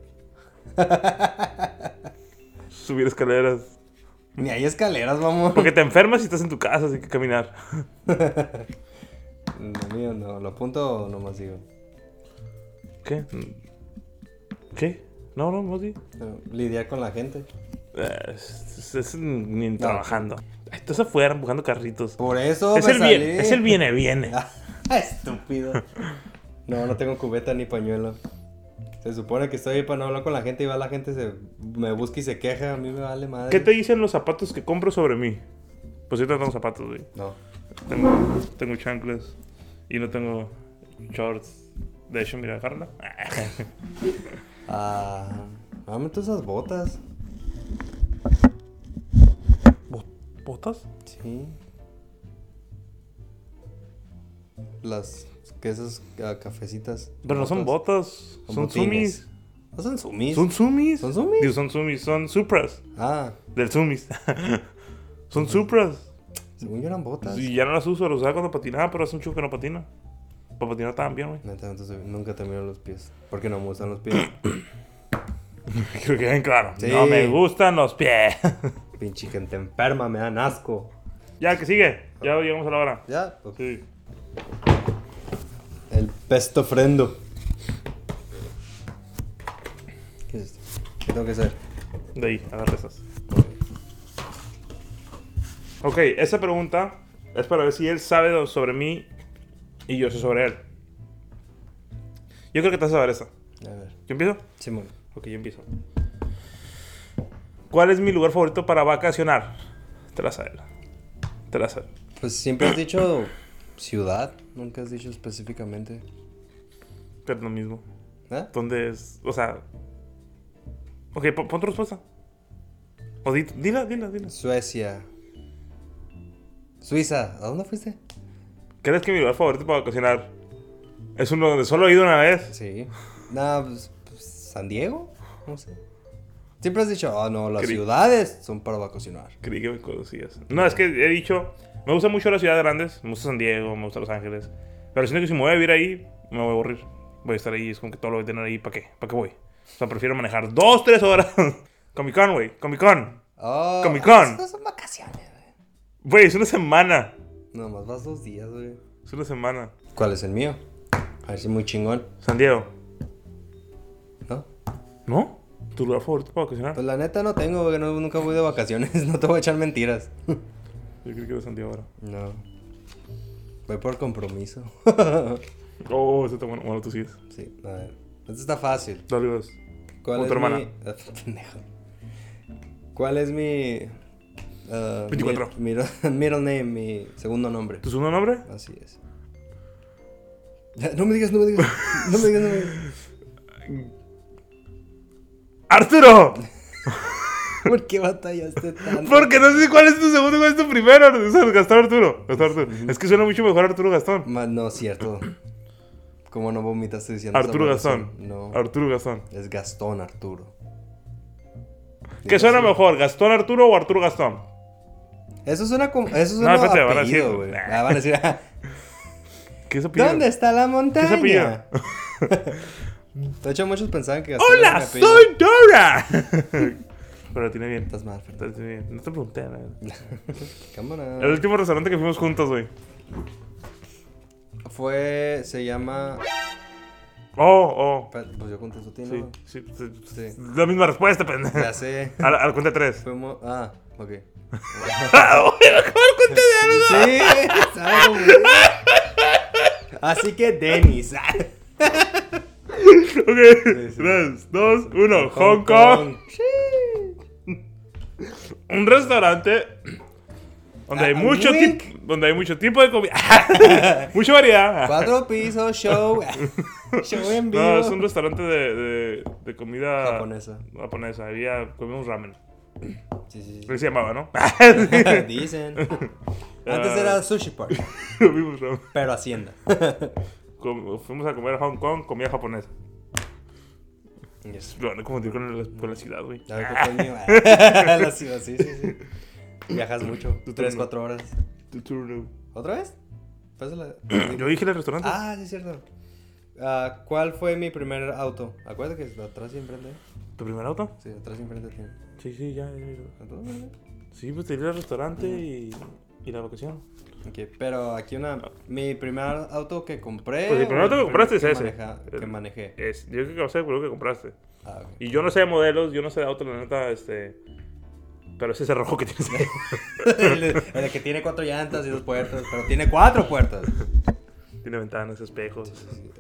[SPEAKER 1] Subir escaleras.
[SPEAKER 4] Ni hay escaleras, vamos.
[SPEAKER 1] Porque te enfermas y estás en tu casa, así que caminar.
[SPEAKER 4] No, mío, no, lo apunto o nomás digo.
[SPEAKER 1] ¿Qué? ¿Qué? No, no, Mosby.
[SPEAKER 4] No, Lidiar con la gente.
[SPEAKER 1] Es, es- es ni trabajando. Ay, Estás afuera empujando carritos.
[SPEAKER 4] Por eso
[SPEAKER 1] Es
[SPEAKER 4] me
[SPEAKER 1] el,
[SPEAKER 4] salí. Ah,
[SPEAKER 1] bien, es el viene, viene.
[SPEAKER 4] Estúpido. No, no tengo cubeta ni pañuelo. Se supone que estoy ahí para no hablar con la gente y va la gente, se me busca y se queja. A mí me vale madre.
[SPEAKER 1] ¿Qué te dicen los zapatos que compro sobre mí? Pues yo no tengo zapatos, güey.
[SPEAKER 4] No.
[SPEAKER 1] Tengo, tengo chanclas y no tengo shorts. De hecho, mira, Carla.
[SPEAKER 4] Ah, dame tú esas botas.
[SPEAKER 1] botas?
[SPEAKER 4] Sí. Las. que esas ah, cafecitas.
[SPEAKER 1] Pero no son botas,
[SPEAKER 4] Son
[SPEAKER 1] son
[SPEAKER 4] botines.
[SPEAKER 1] sumis.
[SPEAKER 4] No son sumis.
[SPEAKER 1] ¿Son sumis?
[SPEAKER 4] ¿Son sumis?
[SPEAKER 1] Digo, son sumis, son supras.
[SPEAKER 4] Ah,
[SPEAKER 1] Del sumis. son supras.
[SPEAKER 4] según yo eran botas.
[SPEAKER 1] Y ya no las uso, las usaba cuando patinaba, pero hace mucho que no patina. Para patinar también, güey.
[SPEAKER 4] Neta, entonces, nunca te miro los pies. Porque no me gustan los pies.
[SPEAKER 1] Creo que bien claro.
[SPEAKER 4] Sí.
[SPEAKER 1] No me gustan los pies.
[SPEAKER 4] Pinche gente enferma, me dan asco.
[SPEAKER 1] ya, que sigue. Ya llegamos a la hora.
[SPEAKER 4] Ya, ok.
[SPEAKER 1] Sí.
[SPEAKER 4] El pesto frendo. ¿Qué es esto? ¿Qué tengo que hacer?
[SPEAKER 1] De ahí, agarra esas. Ok, esa pregunta es para ver si él sabe do- sobre mí y yo sé sobre él. Yo creo que te vas a saber esa.
[SPEAKER 4] A ver,
[SPEAKER 1] ¿Yo empiezo?
[SPEAKER 4] Simón.
[SPEAKER 1] Ok, yo empiezo. ¿Cuál es mi lugar favorito para vacacionar? Te la sabes. Te la sabes.
[SPEAKER 4] Pues siempre has dicho ciudad. Nunca has dicho específicamente.
[SPEAKER 1] Pero lo mismo.
[SPEAKER 4] ¿Eh?
[SPEAKER 1] ¿Dónde es? O sea. Ok, po- pon tu respuesta. O di- dila, dila, dila.
[SPEAKER 4] Suecia. Suiza. ¿A dónde fuiste?
[SPEAKER 1] ¿Crees que mi lugar favorito para vacacionar es uno donde solo he ido una vez?
[SPEAKER 4] Sí. Nada, pues, pues, San Diego. No sé. Siempre has dicho, oh no, las
[SPEAKER 1] Creí-
[SPEAKER 4] ciudades son para vacacionar.
[SPEAKER 1] Creí que me conocías. No, es que he dicho, me gusta mucho las ciudades grandes, me gusta San Diego, me gusta Los Ángeles, pero siento que si me voy a vivir ahí, me voy a aburrir. Voy a estar ahí, es como que todo lo voy a tener ahí, ¿para qué? ¿Para qué voy? O sea, prefiero manejar dos, tres horas. Comic Con, güey, Comic Con.
[SPEAKER 4] Oh,
[SPEAKER 1] Comic Con.
[SPEAKER 4] No son vacaciones, güey.
[SPEAKER 1] Güey, es una semana.
[SPEAKER 4] Nomás vas dos días, güey.
[SPEAKER 1] Es una semana.
[SPEAKER 4] ¿Cuál es el mío? A ver si muy chingón,
[SPEAKER 1] San Diego.
[SPEAKER 4] ¿no?
[SPEAKER 1] ¿No? ¿Tu lugar favorito para vacacionar?
[SPEAKER 4] Pues la neta no tengo, porque no- nunca voy de vacaciones. No te voy a echar mentiras.
[SPEAKER 1] Yo creo que era San Diego ahora.
[SPEAKER 4] No. Voy por compromiso.
[SPEAKER 1] Oh, eso está bueno. Bueno, tú sigues.
[SPEAKER 4] sí, a ver. Esto está fácil.
[SPEAKER 1] Dale, vas.
[SPEAKER 4] ¿Cuál
[SPEAKER 1] Con
[SPEAKER 4] es
[SPEAKER 1] tu
[SPEAKER 4] mi...
[SPEAKER 1] hermana.
[SPEAKER 4] Ah, pendejo. ¿Cuál es mi... ah,
[SPEAKER 1] 24.
[SPEAKER 4] Mi, mi- middle name, mi segundo nombre.
[SPEAKER 1] ¿Tu segundo nombre?
[SPEAKER 4] Así es. Ya, No me digas, no me digas. No me digas, no me digas.
[SPEAKER 1] ¡Arturo!
[SPEAKER 4] ¿Por qué batallaste tanto?
[SPEAKER 1] Porque no sé cuál es tu segundo y cuál es tu primero. O sea, Gastón Arturo. Gastón Arturo. Es que suena mucho mejor Arturo Gastón.
[SPEAKER 4] Ma- no, cierto. ¿Cómo no vomitaste diciendo esa
[SPEAKER 1] Arturo
[SPEAKER 4] aberración?
[SPEAKER 1] Gastón.
[SPEAKER 4] No.
[SPEAKER 1] Arturo Gastón.
[SPEAKER 4] Es Gastón Arturo.
[SPEAKER 1] ¿Qué suena mejor? ¿Gastón Arturo o Arturo Gastón?
[SPEAKER 4] Eso suena como. Eso
[SPEAKER 1] No,
[SPEAKER 4] suena no,
[SPEAKER 1] espérate, van a
[SPEAKER 4] apellido,
[SPEAKER 1] decir-
[SPEAKER 4] güey.
[SPEAKER 1] Nah.
[SPEAKER 4] Ah, van a decir. ah,
[SPEAKER 1] ¿Qué es apellido?
[SPEAKER 4] ¿Dónde está la montaña?
[SPEAKER 1] apellido?
[SPEAKER 4] De hecho, muchos pensaban que Gastón era
[SPEAKER 1] ¡Hola!
[SPEAKER 4] mi apellido.
[SPEAKER 1] ¡Soy Dora! Pero la tiene bien.
[SPEAKER 4] Estás mal, Fernando.
[SPEAKER 1] La tiene bien. No te pregunté, la verdad.
[SPEAKER 4] Cámara.
[SPEAKER 1] El último restaurante que fuimos juntos, güey.
[SPEAKER 4] Fue. Se llama.
[SPEAKER 1] Oh, oh.
[SPEAKER 4] Espérate, Pues yo contesto, ¿tiene?
[SPEAKER 1] Sí,
[SPEAKER 4] no?
[SPEAKER 1] sí, sí.
[SPEAKER 4] Sí.
[SPEAKER 1] La misma respuesta, pendejo.
[SPEAKER 4] Ya sé.
[SPEAKER 1] A la, a la cuenta de tres.
[SPEAKER 4] Fuimos. Ah, ok.
[SPEAKER 1] ¡Ah, güey! ¡Acabo de cuenta de algo!
[SPEAKER 4] Sí, sabe muy bien. Así que Denis. ah.
[SPEAKER 1] Ok.
[SPEAKER 4] sí.
[SPEAKER 1] Tres, dos, uno. Hong Kong. un restaurante donde
[SPEAKER 4] Ah,
[SPEAKER 1] hay mucho
[SPEAKER 4] wink.
[SPEAKER 1] tipo donde hay mucho tipo de comida mucha variedad
[SPEAKER 4] Cuatro pisos, show. Show en vivo.
[SPEAKER 1] no es un restaurante de, de, de comida
[SPEAKER 4] Japonesa.
[SPEAKER 1] japonesa había comimos ramen
[SPEAKER 4] Sí, sí, sí.
[SPEAKER 1] así se llamaba no
[SPEAKER 4] Dicen. Antes era Sushi Park,
[SPEAKER 1] comimos ramen
[SPEAKER 4] pero Hacienda.
[SPEAKER 1] Com- fuimos a comer a Hong Kong comida japonesa
[SPEAKER 4] Yes.
[SPEAKER 1] lo van a confundir con, el- con la ciudad güey
[SPEAKER 4] A ver, ¿qué fue el mío? Ah, La ciudad, sí, sí, sí. Viajas mucho.
[SPEAKER 1] Tu
[SPEAKER 4] Tres,
[SPEAKER 1] turno.
[SPEAKER 4] cuatro horas.
[SPEAKER 1] Tu turno.
[SPEAKER 4] ¿Otra vez? Pásala.
[SPEAKER 1] yo dije el restaurante
[SPEAKER 4] Ah, sí, es cierto. Ah, ¿Cuál fue mi primer auto? Acuérdate que atrás y enfrente.
[SPEAKER 1] tu primer auto
[SPEAKER 4] Sí, atrás y enfrente tiene.
[SPEAKER 1] sí sí ya
[SPEAKER 4] ¿Atrás, verdad?
[SPEAKER 1] sí pues te diré al restaurante y, y la vacación
[SPEAKER 4] Ok, pero aquí una. Mi primer auto que compré.
[SPEAKER 1] Pues el
[SPEAKER 4] o
[SPEAKER 1] primer auto que
[SPEAKER 4] primer
[SPEAKER 1] compraste es ese.
[SPEAKER 4] maneja- que
[SPEAKER 1] El- eh.
[SPEAKER 4] manejé.
[SPEAKER 1] es yo creo que va a ser creo que compraste
[SPEAKER 4] Ah, ok.
[SPEAKER 1] Y yo no sé de modelos, yo no sé de autos, la neta, este. Pero es ese rojo que tienes ahí.
[SPEAKER 4] el, el que tiene cuatro llantas y dos puertas, pero tiene cuatro puertas.
[SPEAKER 1] Tiene ventanas, espejos.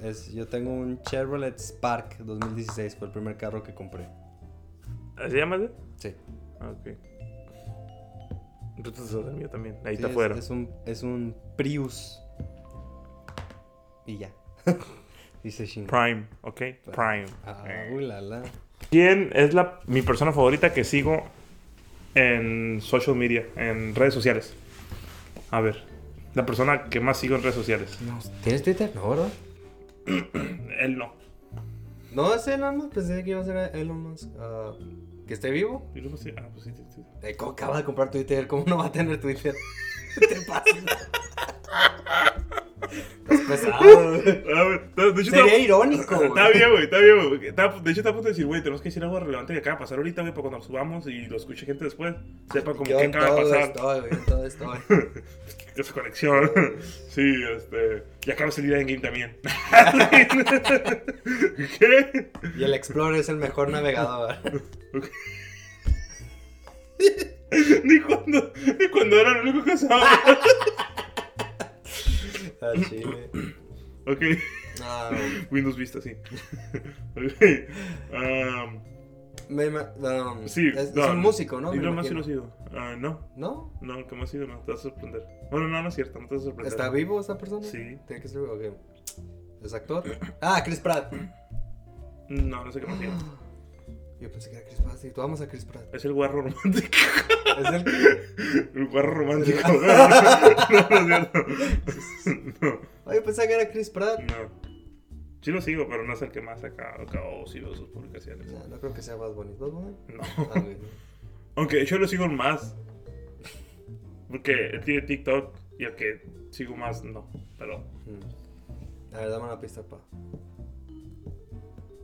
[SPEAKER 4] Es- yo tengo un Chevrolet Spark 2016, fue el primer carro que compré.
[SPEAKER 1] ¿Así llamas? eh?
[SPEAKER 4] Sí.
[SPEAKER 1] Ah, ok. Entonces es el mío también. Ahí
[SPEAKER 4] Sí,
[SPEAKER 1] está
[SPEAKER 4] es-
[SPEAKER 1] afuera.
[SPEAKER 4] Es, un, es un Prius. Y ya. Dice Shin.
[SPEAKER 1] Prime, ok. Prime.
[SPEAKER 4] Ah, uh, la, la.
[SPEAKER 1] ¿Quién es la, mi persona favorita que sigo en social media, en redes sociales? A ver, la persona que más sigo en redes sociales.
[SPEAKER 4] ¿Tienes Twitter? No, ¿verdad? Mm.
[SPEAKER 1] Él no.
[SPEAKER 4] No, es Elon Musk. Pensé que iba a ser Elon Musk. Ah, ¿Que esté vivo?
[SPEAKER 1] Yo creo que sí. Ah, pues sí, sí, sí.
[SPEAKER 4] Eh, ¿Cómo acaba de comprar Twitter? ¿Cómo no va a tener Twitter? Te pasa. Estás pesado. güey.
[SPEAKER 1] A ver, de hecho,
[SPEAKER 4] Sería
[SPEAKER 1] estaba-
[SPEAKER 4] irónico. güey.
[SPEAKER 1] Está bien, güey, está bien, güey. porque estaba- De hecho, está a punto de decir, güey, tenemos que decir algo relevante que acaba de pasar ahorita, güey, para cuando nos subamos y lo escuche gente después. Sepa como
[SPEAKER 4] Yo
[SPEAKER 1] qué
[SPEAKER 4] en
[SPEAKER 1] acaba de
[SPEAKER 4] todo
[SPEAKER 1] pasar.
[SPEAKER 4] estoy, güey, en todo estoy.
[SPEAKER 1] Esa conexión. Sí, este. Y acaba de salir en Game también. ¿Qué?
[SPEAKER 4] Y el Explorer es el mejor navegador.
[SPEAKER 1] Ni cuando, ni cuando era lo único que sabía.
[SPEAKER 4] Ah, chile. Ah,
[SPEAKER 1] Ok.
[SPEAKER 4] No, güey.
[SPEAKER 1] Windows Vista, sí. Ok. Am,
[SPEAKER 4] Me ima- no,
[SPEAKER 1] sí.
[SPEAKER 4] es,
[SPEAKER 1] no,
[SPEAKER 4] es un músico, ¿no?
[SPEAKER 1] Y
[SPEAKER 4] Me
[SPEAKER 1] lo más
[SPEAKER 4] imagino.
[SPEAKER 1] conocido. Ah, no,
[SPEAKER 4] ¿No?
[SPEAKER 1] no, que más sido, no. Te vas a sorprender. Bueno, no, no es cierto, no te vas a sorprender.
[SPEAKER 4] ¿Está vivo esa persona?
[SPEAKER 1] Sí.
[SPEAKER 4] Tiene que ser vivo. ok. ¿Es actor? Ah, Chris Pratt.
[SPEAKER 1] No, no sé qué más sido.
[SPEAKER 4] Yo pensé que era Chris Pratt. Sí, tú amas a Chris Pratt.
[SPEAKER 1] Es el guarro romántico.
[SPEAKER 4] Es el que.
[SPEAKER 1] El guarro romántico. no, no es cierto. No.
[SPEAKER 4] Ay, yo pensé que era Chris Pratt.
[SPEAKER 1] No. Sí lo sigo, pero no es el que más acá, acá o sigo sus publicaciones.
[SPEAKER 4] No, no creo que sea Bad Bunny. ¿Bad Bunny?
[SPEAKER 1] No.
[SPEAKER 4] Ah, güey, no.
[SPEAKER 1] Aunque yo lo sigo más. Porque él tiene TikTok y el que sigo más no. Pero
[SPEAKER 4] Mm. A ver, dame una pista, pa.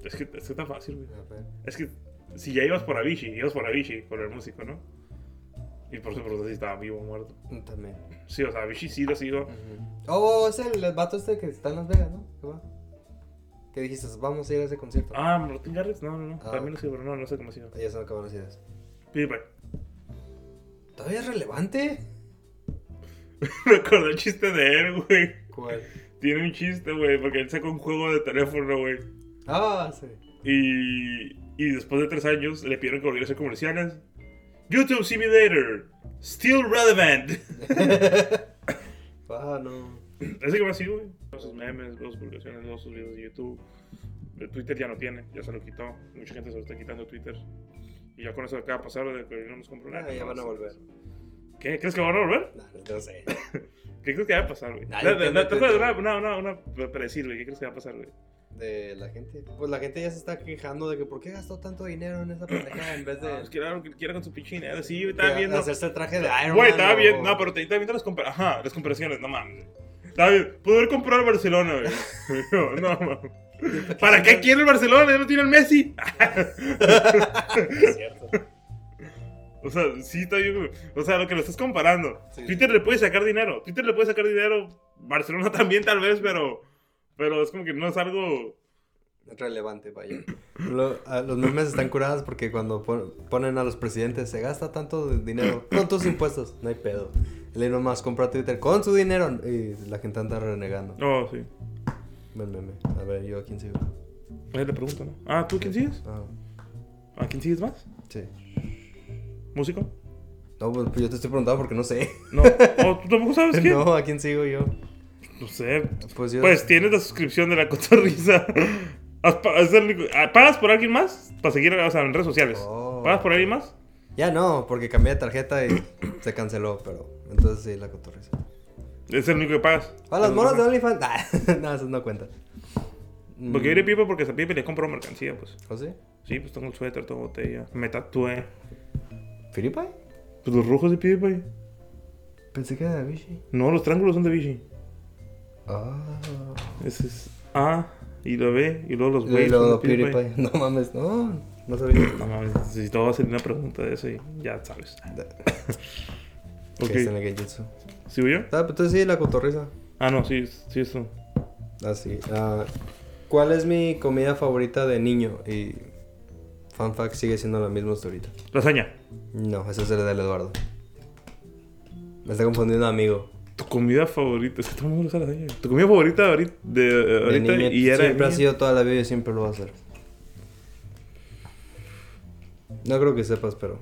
[SPEAKER 1] es que, es que tan fácil, güey.
[SPEAKER 4] A ver.
[SPEAKER 1] Es que si ya ibas por Avicii, ibas por Avicii con el músico, ¿no? Y por eso preguntas si estaba vivo o muerto.
[SPEAKER 4] Mm, También.
[SPEAKER 1] Sí, o sea, Avicii sí lo sigo.
[SPEAKER 4] Ujú. Oh, es el vato este que está en Las Vegas, ¿no? Que va. Que dijiste, vamos a ir a ese concierto.
[SPEAKER 1] Ah, Martin Garrix, no, no, no.
[SPEAKER 4] Ah.
[SPEAKER 1] También lo sigo, pero no, no sé cómo sigo. pues.
[SPEAKER 4] Ah, Ya se me acabaron las ideas.
[SPEAKER 1] Pipe.
[SPEAKER 4] ¿Todavía es relevante?
[SPEAKER 1] Me acordé el chiste de él, güey.
[SPEAKER 4] ¿Cuál?
[SPEAKER 1] Tiene un chiste, güey, porque él sacó un juego de teléfono, güey.
[SPEAKER 4] Ah, sí.
[SPEAKER 1] Y, y después de tres años le pidieron que volviera a hacer comerciales. YouTube Simulator, still relevant.
[SPEAKER 4] Ah, no.
[SPEAKER 1] Ese que más sigo, güey. Veo sus memes, veo sus publicaciones, veo sus videos de YouTube. De Twitter ya no tiene, ya se lo quitó. Mucha gente se lo está quitando Twitter. Y ya con eso acaba de pasar lo de que no nos compró nada.
[SPEAKER 4] Ah, ya van a volver.
[SPEAKER 1] ¿Qué? ¿Crees que van a volver?
[SPEAKER 4] No, no, no sé.
[SPEAKER 1] ¿Qué crees que va a pasar, güey?
[SPEAKER 4] Nadie
[SPEAKER 1] No, no,
[SPEAKER 4] tiene
[SPEAKER 1] no, trata de
[SPEAKER 4] Twitter.
[SPEAKER 1] Una, una, una, una predecir, güey. ¿Qué crees que va a pasar, güey?
[SPEAKER 4] De la gente. Pues la gente ya se está quejando de que por qué gastó tanto dinero en esa pendejada en vez
[SPEAKER 1] Ah, es
[SPEAKER 4] de.
[SPEAKER 1] que era lo que quiera con su pinche dinero. Sí, güey,
[SPEAKER 4] de
[SPEAKER 1] estaba viendo.
[SPEAKER 4] Hacerse el traje de Iron
[SPEAKER 1] Güey,
[SPEAKER 4] Man.
[SPEAKER 1] estaba
[SPEAKER 4] o-
[SPEAKER 1] bien. No, pero te estaba viendo las comparaciones. Ajá, las comparaciones, no mames. Estaba bien. Pudo haber comprado el Barcelona, güey. No, no mames. ¿Para qué quiere el Barcelona? Ya no tiene el Messi.
[SPEAKER 4] Es cierto.
[SPEAKER 1] O sea, sí está bien. güey. O sea, lo que lo estás comparando.
[SPEAKER 4] Sí.
[SPEAKER 1] Twitter le puede sacar dinero. Twitter le puede sacar dinero. Barcelona también, tal vez, pero. Pero es como que no es algo.
[SPEAKER 4] relevante, vaya. ah, los memes están curados porque cuando pon- ponen a los presidentes se gasta tanto de dinero con tus impuestos, no hay pedo. Él nomás compra Twitter con su dinero y la gente anda renegando.
[SPEAKER 1] Oh, sí.
[SPEAKER 4] Buen meme. A ver, yo a quién sigo.
[SPEAKER 1] Ahí le pregunto, ¿no? Ah, ¿tú quién sigues?
[SPEAKER 4] Ah,
[SPEAKER 1] ¿A quién sigues más?
[SPEAKER 4] sí.
[SPEAKER 1] ¿Músico?
[SPEAKER 4] No, pues pues yo te estoy preguntando porque no sé.
[SPEAKER 1] No. ¿O tú tampoco sabes quién?
[SPEAKER 4] No, a quién sigo yo.
[SPEAKER 1] No sé.
[SPEAKER 4] Pues yo.
[SPEAKER 1] Pues tienes la suscripción de la cotorrisa. Has pa- es el único- ah, ¿Pagas por alguien más? Para seguir o sea, en redes sociales.
[SPEAKER 4] Oh.
[SPEAKER 1] ¿Pagas por alguien más?
[SPEAKER 4] Ya no, porque cambié de tarjeta y se canceló, pero. Entonces sí, la cotorriza.
[SPEAKER 1] Es el único que pagas.
[SPEAKER 4] A las moras de OnlyFans. Nah, no, eso no cuenta.
[SPEAKER 1] Porque yo iré a Pipe porque a Pipe le compro mercancía, pues.
[SPEAKER 4] Mm, ¿O sí?
[SPEAKER 1] Sí, pues tengo el suéter, tengo botella. Me tatué.
[SPEAKER 4] ¿Filipe?
[SPEAKER 1] Pues los rojos de Pipe.
[SPEAKER 4] Pensé que era de Vichy.
[SPEAKER 1] No, los triángulos son de Vichy.
[SPEAKER 4] Ah.
[SPEAKER 1] Ese es A y la B y luego los
[SPEAKER 4] Y
[SPEAKER 1] güeyes son
[SPEAKER 4] luego
[SPEAKER 1] de PewDiePie.
[SPEAKER 4] PewDiePie. No mames, no. No sabía.
[SPEAKER 1] No mames, necesito hacer una pregunta de eso y ya sabes.
[SPEAKER 4] Que está en
[SPEAKER 1] ok.
[SPEAKER 4] el Genjutsu.
[SPEAKER 1] ¿Sigo yo?
[SPEAKER 4] Ah, pues entonces sí, la cotorriza.
[SPEAKER 1] Ah, no, sí, sí, eso.
[SPEAKER 4] Ah, sí. Ah, ¿Cuál es mi comida favorita de niño? Y. Fun fact sigue siendo la misma hasta ahorita.
[SPEAKER 1] Lasaña.
[SPEAKER 4] No, ese es el del Eduardo. Me está confundiendo, amigo.
[SPEAKER 1] Tu comida favorita, es que todo el mundo lo sabe. ¿eh? Tu comida favorita ahorita, de, eh,
[SPEAKER 4] De
[SPEAKER 1] ahorita
[SPEAKER 4] niño
[SPEAKER 1] y era. de
[SPEAKER 4] Siempre ha
[SPEAKER 1] niño.
[SPEAKER 4] sido toda la vida y siempre lo va a hacer. No creo que sepas, pero.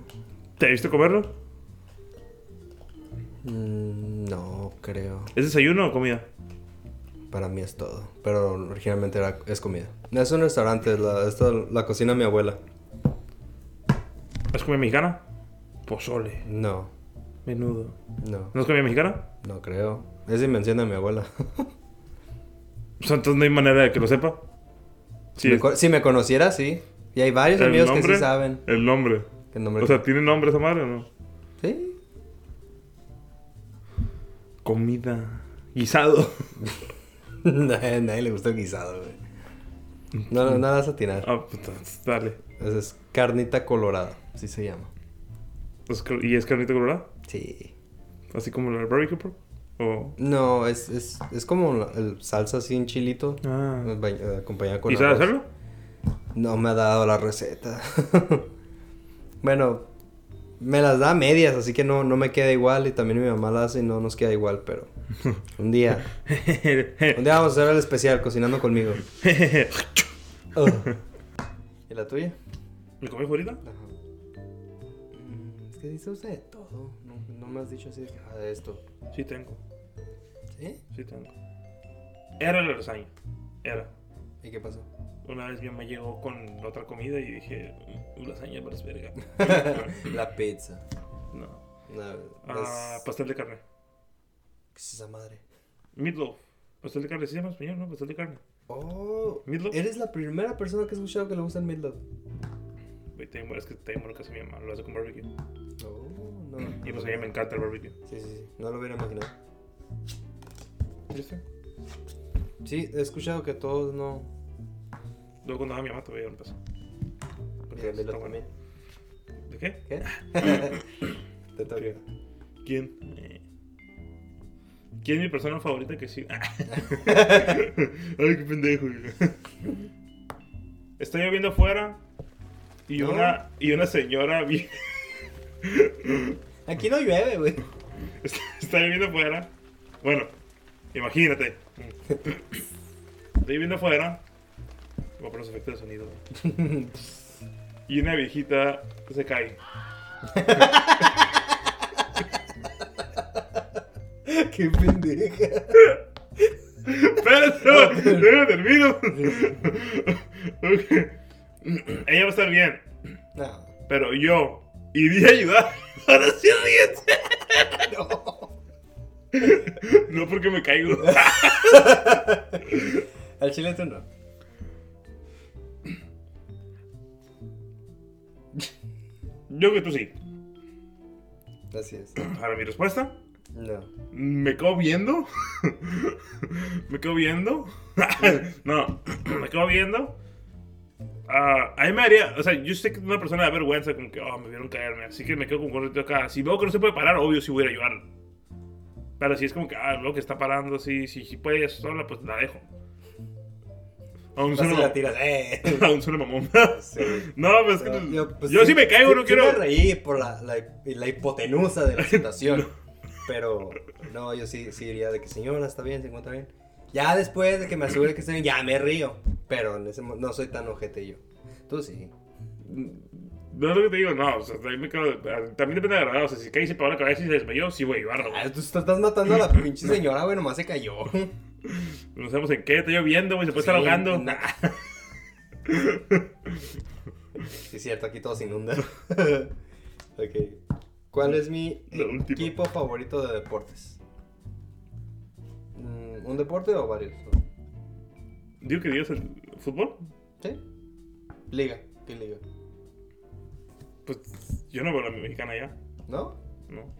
[SPEAKER 1] ¿Te viste comerlo?
[SPEAKER 4] mm, no creo.
[SPEAKER 1] ¿Es desayuno o comida?
[SPEAKER 4] Para mí es todo. Pero originalmente era, es comida. Es un restaurante, la, esta- la cocina de mi abuela.
[SPEAKER 1] ¿Es comida mexicana? Pozole.
[SPEAKER 4] No,
[SPEAKER 1] Menudo.
[SPEAKER 4] no,
[SPEAKER 1] ¿No es comida mexicana?
[SPEAKER 4] no creo. Es invención de mi abuela.
[SPEAKER 1] O sea, entonces no hay manera de que lo sepa.
[SPEAKER 4] Si me, co- si me conociera, sí. Y hay varios amigos que sí saben.
[SPEAKER 1] El nombre.
[SPEAKER 4] ¿Qué nombre?
[SPEAKER 1] O sea, ¿tiene nombre esa madre o no?
[SPEAKER 4] sí.
[SPEAKER 1] Comida. Guisado.
[SPEAKER 4] nadie, nadie le gusta el guisado, güey. No, no, nada vas a atinar.
[SPEAKER 1] Ah, pues, entonces, dale.
[SPEAKER 4] Esa es carnita colorada, así se llama.
[SPEAKER 1] Es car- ¿Y es carnita colorada?
[SPEAKER 4] Sí.
[SPEAKER 1] Así como la barbecue, pro. O.
[SPEAKER 4] No, es, es, es como la- el salsa así en chilito.
[SPEAKER 1] Ah.
[SPEAKER 4] ba- eh, Acompañada con
[SPEAKER 1] ¿Y sabe
[SPEAKER 4] arroz.
[SPEAKER 1] hacerlo?
[SPEAKER 4] No me ha dado la receta. bueno, me las da a medias, así que no, no me queda igual. Y también mi mamá la hace y no nos queda igual, pero un día. Un día vamos a hacer el especial, cocinando conmigo. Oh. ¿Y la tuya?
[SPEAKER 1] ¿Me comí favorita?
[SPEAKER 4] Mm, Es que dice usted de todo. No, no me has dicho así de que, ah, de esto.
[SPEAKER 1] Sí tengo.
[SPEAKER 4] ¿Sí?
[SPEAKER 1] Sí tengo. Era la lasaña. Era.
[SPEAKER 4] ¿Y qué pasó?
[SPEAKER 1] Una vez bien me llegó con otra comida y dije, "Mm, lasaña, pero es verga.
[SPEAKER 4] la pizza.
[SPEAKER 1] no.
[SPEAKER 4] No,
[SPEAKER 1] Ah,
[SPEAKER 4] es-
[SPEAKER 1] pastel de carne.
[SPEAKER 4] ¿Qué es esa madre?
[SPEAKER 1] Meatloaf. Pastel de carne, se llama en español, ¿no? Pastel de carne.
[SPEAKER 4] Oh,
[SPEAKER 1] Meatloaf.
[SPEAKER 4] eres la primera persona que he escuchado que le gusta el meatloaf.
[SPEAKER 1] Güey, te digo, Es que te muero casi mi mamá, lo hace con barbecue.
[SPEAKER 4] Oh, no.
[SPEAKER 1] Y pues a ella me encanta el barbecue.
[SPEAKER 4] Sí, sí, sí. No lo hubiera imaginado.
[SPEAKER 1] ¿Viste?
[SPEAKER 4] Sí, he escuchado que todos no.
[SPEAKER 1] Luego cuando haga mi mamá te voy a llevar un peso.
[SPEAKER 4] Porque el meatloaf
[SPEAKER 1] está bueno.
[SPEAKER 4] también.
[SPEAKER 1] ¿De qué?
[SPEAKER 4] ¿Qué? Te toca.
[SPEAKER 1] ¿Qué? ¿Quién? Eh. ¿Quién es mi persona favorita que sí? Ay, qué pendejo. güey. Está lloviendo afuera y
[SPEAKER 4] No.
[SPEAKER 1] una y una señora vi-
[SPEAKER 4] Aquí no llueve, güey.
[SPEAKER 1] está, está lloviendo afuera. Bueno, imagínate. Está lloviendo afuera. Voy a poner los efectos de sonido. güey. Y una viejita se cae.
[SPEAKER 4] Qué pendeja.
[SPEAKER 1] Espérate, no, déjame termino. Ok. Ella va a estar bien,
[SPEAKER 4] No.
[SPEAKER 1] pero yo iría a ayudar. Ahora sí ríete. No porque me caigo.
[SPEAKER 4] Al chile tú no.
[SPEAKER 1] Yo que tú sí.
[SPEAKER 4] Así es.
[SPEAKER 1] Ahora mi respuesta.
[SPEAKER 4] No.
[SPEAKER 1] Me quedo viendo. Me quedo viendo. No, me quedo viendo. Ah, ahí me haría, o sea, yo sé que una persona de vergüenza, como que, oh, me vieron caerme, así que me quedo como corriendo acá. Si veo que no se puede parar, obvio, si voy a ir a ayudar. Pero si es como que, ah, lo que está parando, si, si, si puede ella sola, pues la dejo. Aún
[SPEAKER 4] Vas y
[SPEAKER 1] suena,
[SPEAKER 4] la
[SPEAKER 1] mam-
[SPEAKER 4] tiras. Eh.
[SPEAKER 1] aún suena mamón.
[SPEAKER 4] Sí.
[SPEAKER 1] no, pues es que
[SPEAKER 4] Yo, yo, pues,
[SPEAKER 1] yo sí, me caigo,
[SPEAKER 4] sí-
[SPEAKER 1] no
[SPEAKER 4] sí
[SPEAKER 1] quiero.
[SPEAKER 4] me reí por la, la, la hipotenusa de la situación. Pero no, yo sí, sí diría de que señora, está bien, se encuentra bien. Ya después de que me asegure que está bien, ya me río. Pero en ese mo- no soy tan ojete yo. Tú sí.
[SPEAKER 1] No es lo que te digo, no, o sea, también me quedo, también depende de la verdad, o sea, si caí y se pegó la cabeza y se desmayó, sí voy a ayudarlo. güey.
[SPEAKER 4] Ah, tú estás estás matando a la pinche señora, güey, nomás se cayó.
[SPEAKER 1] No sabemos en qué, Pues está lloviendo, güey, se puede estar
[SPEAKER 4] Sí,
[SPEAKER 1] ahogando.
[SPEAKER 4] nah. Sí, es cierto, aquí todo se inunda. ok. ¿Cuál es mi
[SPEAKER 1] Lo último.
[SPEAKER 4] equipo favorito de deportes? Mm, ¿Un deporte o varios?
[SPEAKER 1] Digo que Dios, el fútbol,
[SPEAKER 4] ¿Sí? Liga. ¿Qué liga?
[SPEAKER 1] pues yo no veo la mexicana ya,
[SPEAKER 4] ¿No?
[SPEAKER 1] ¿no?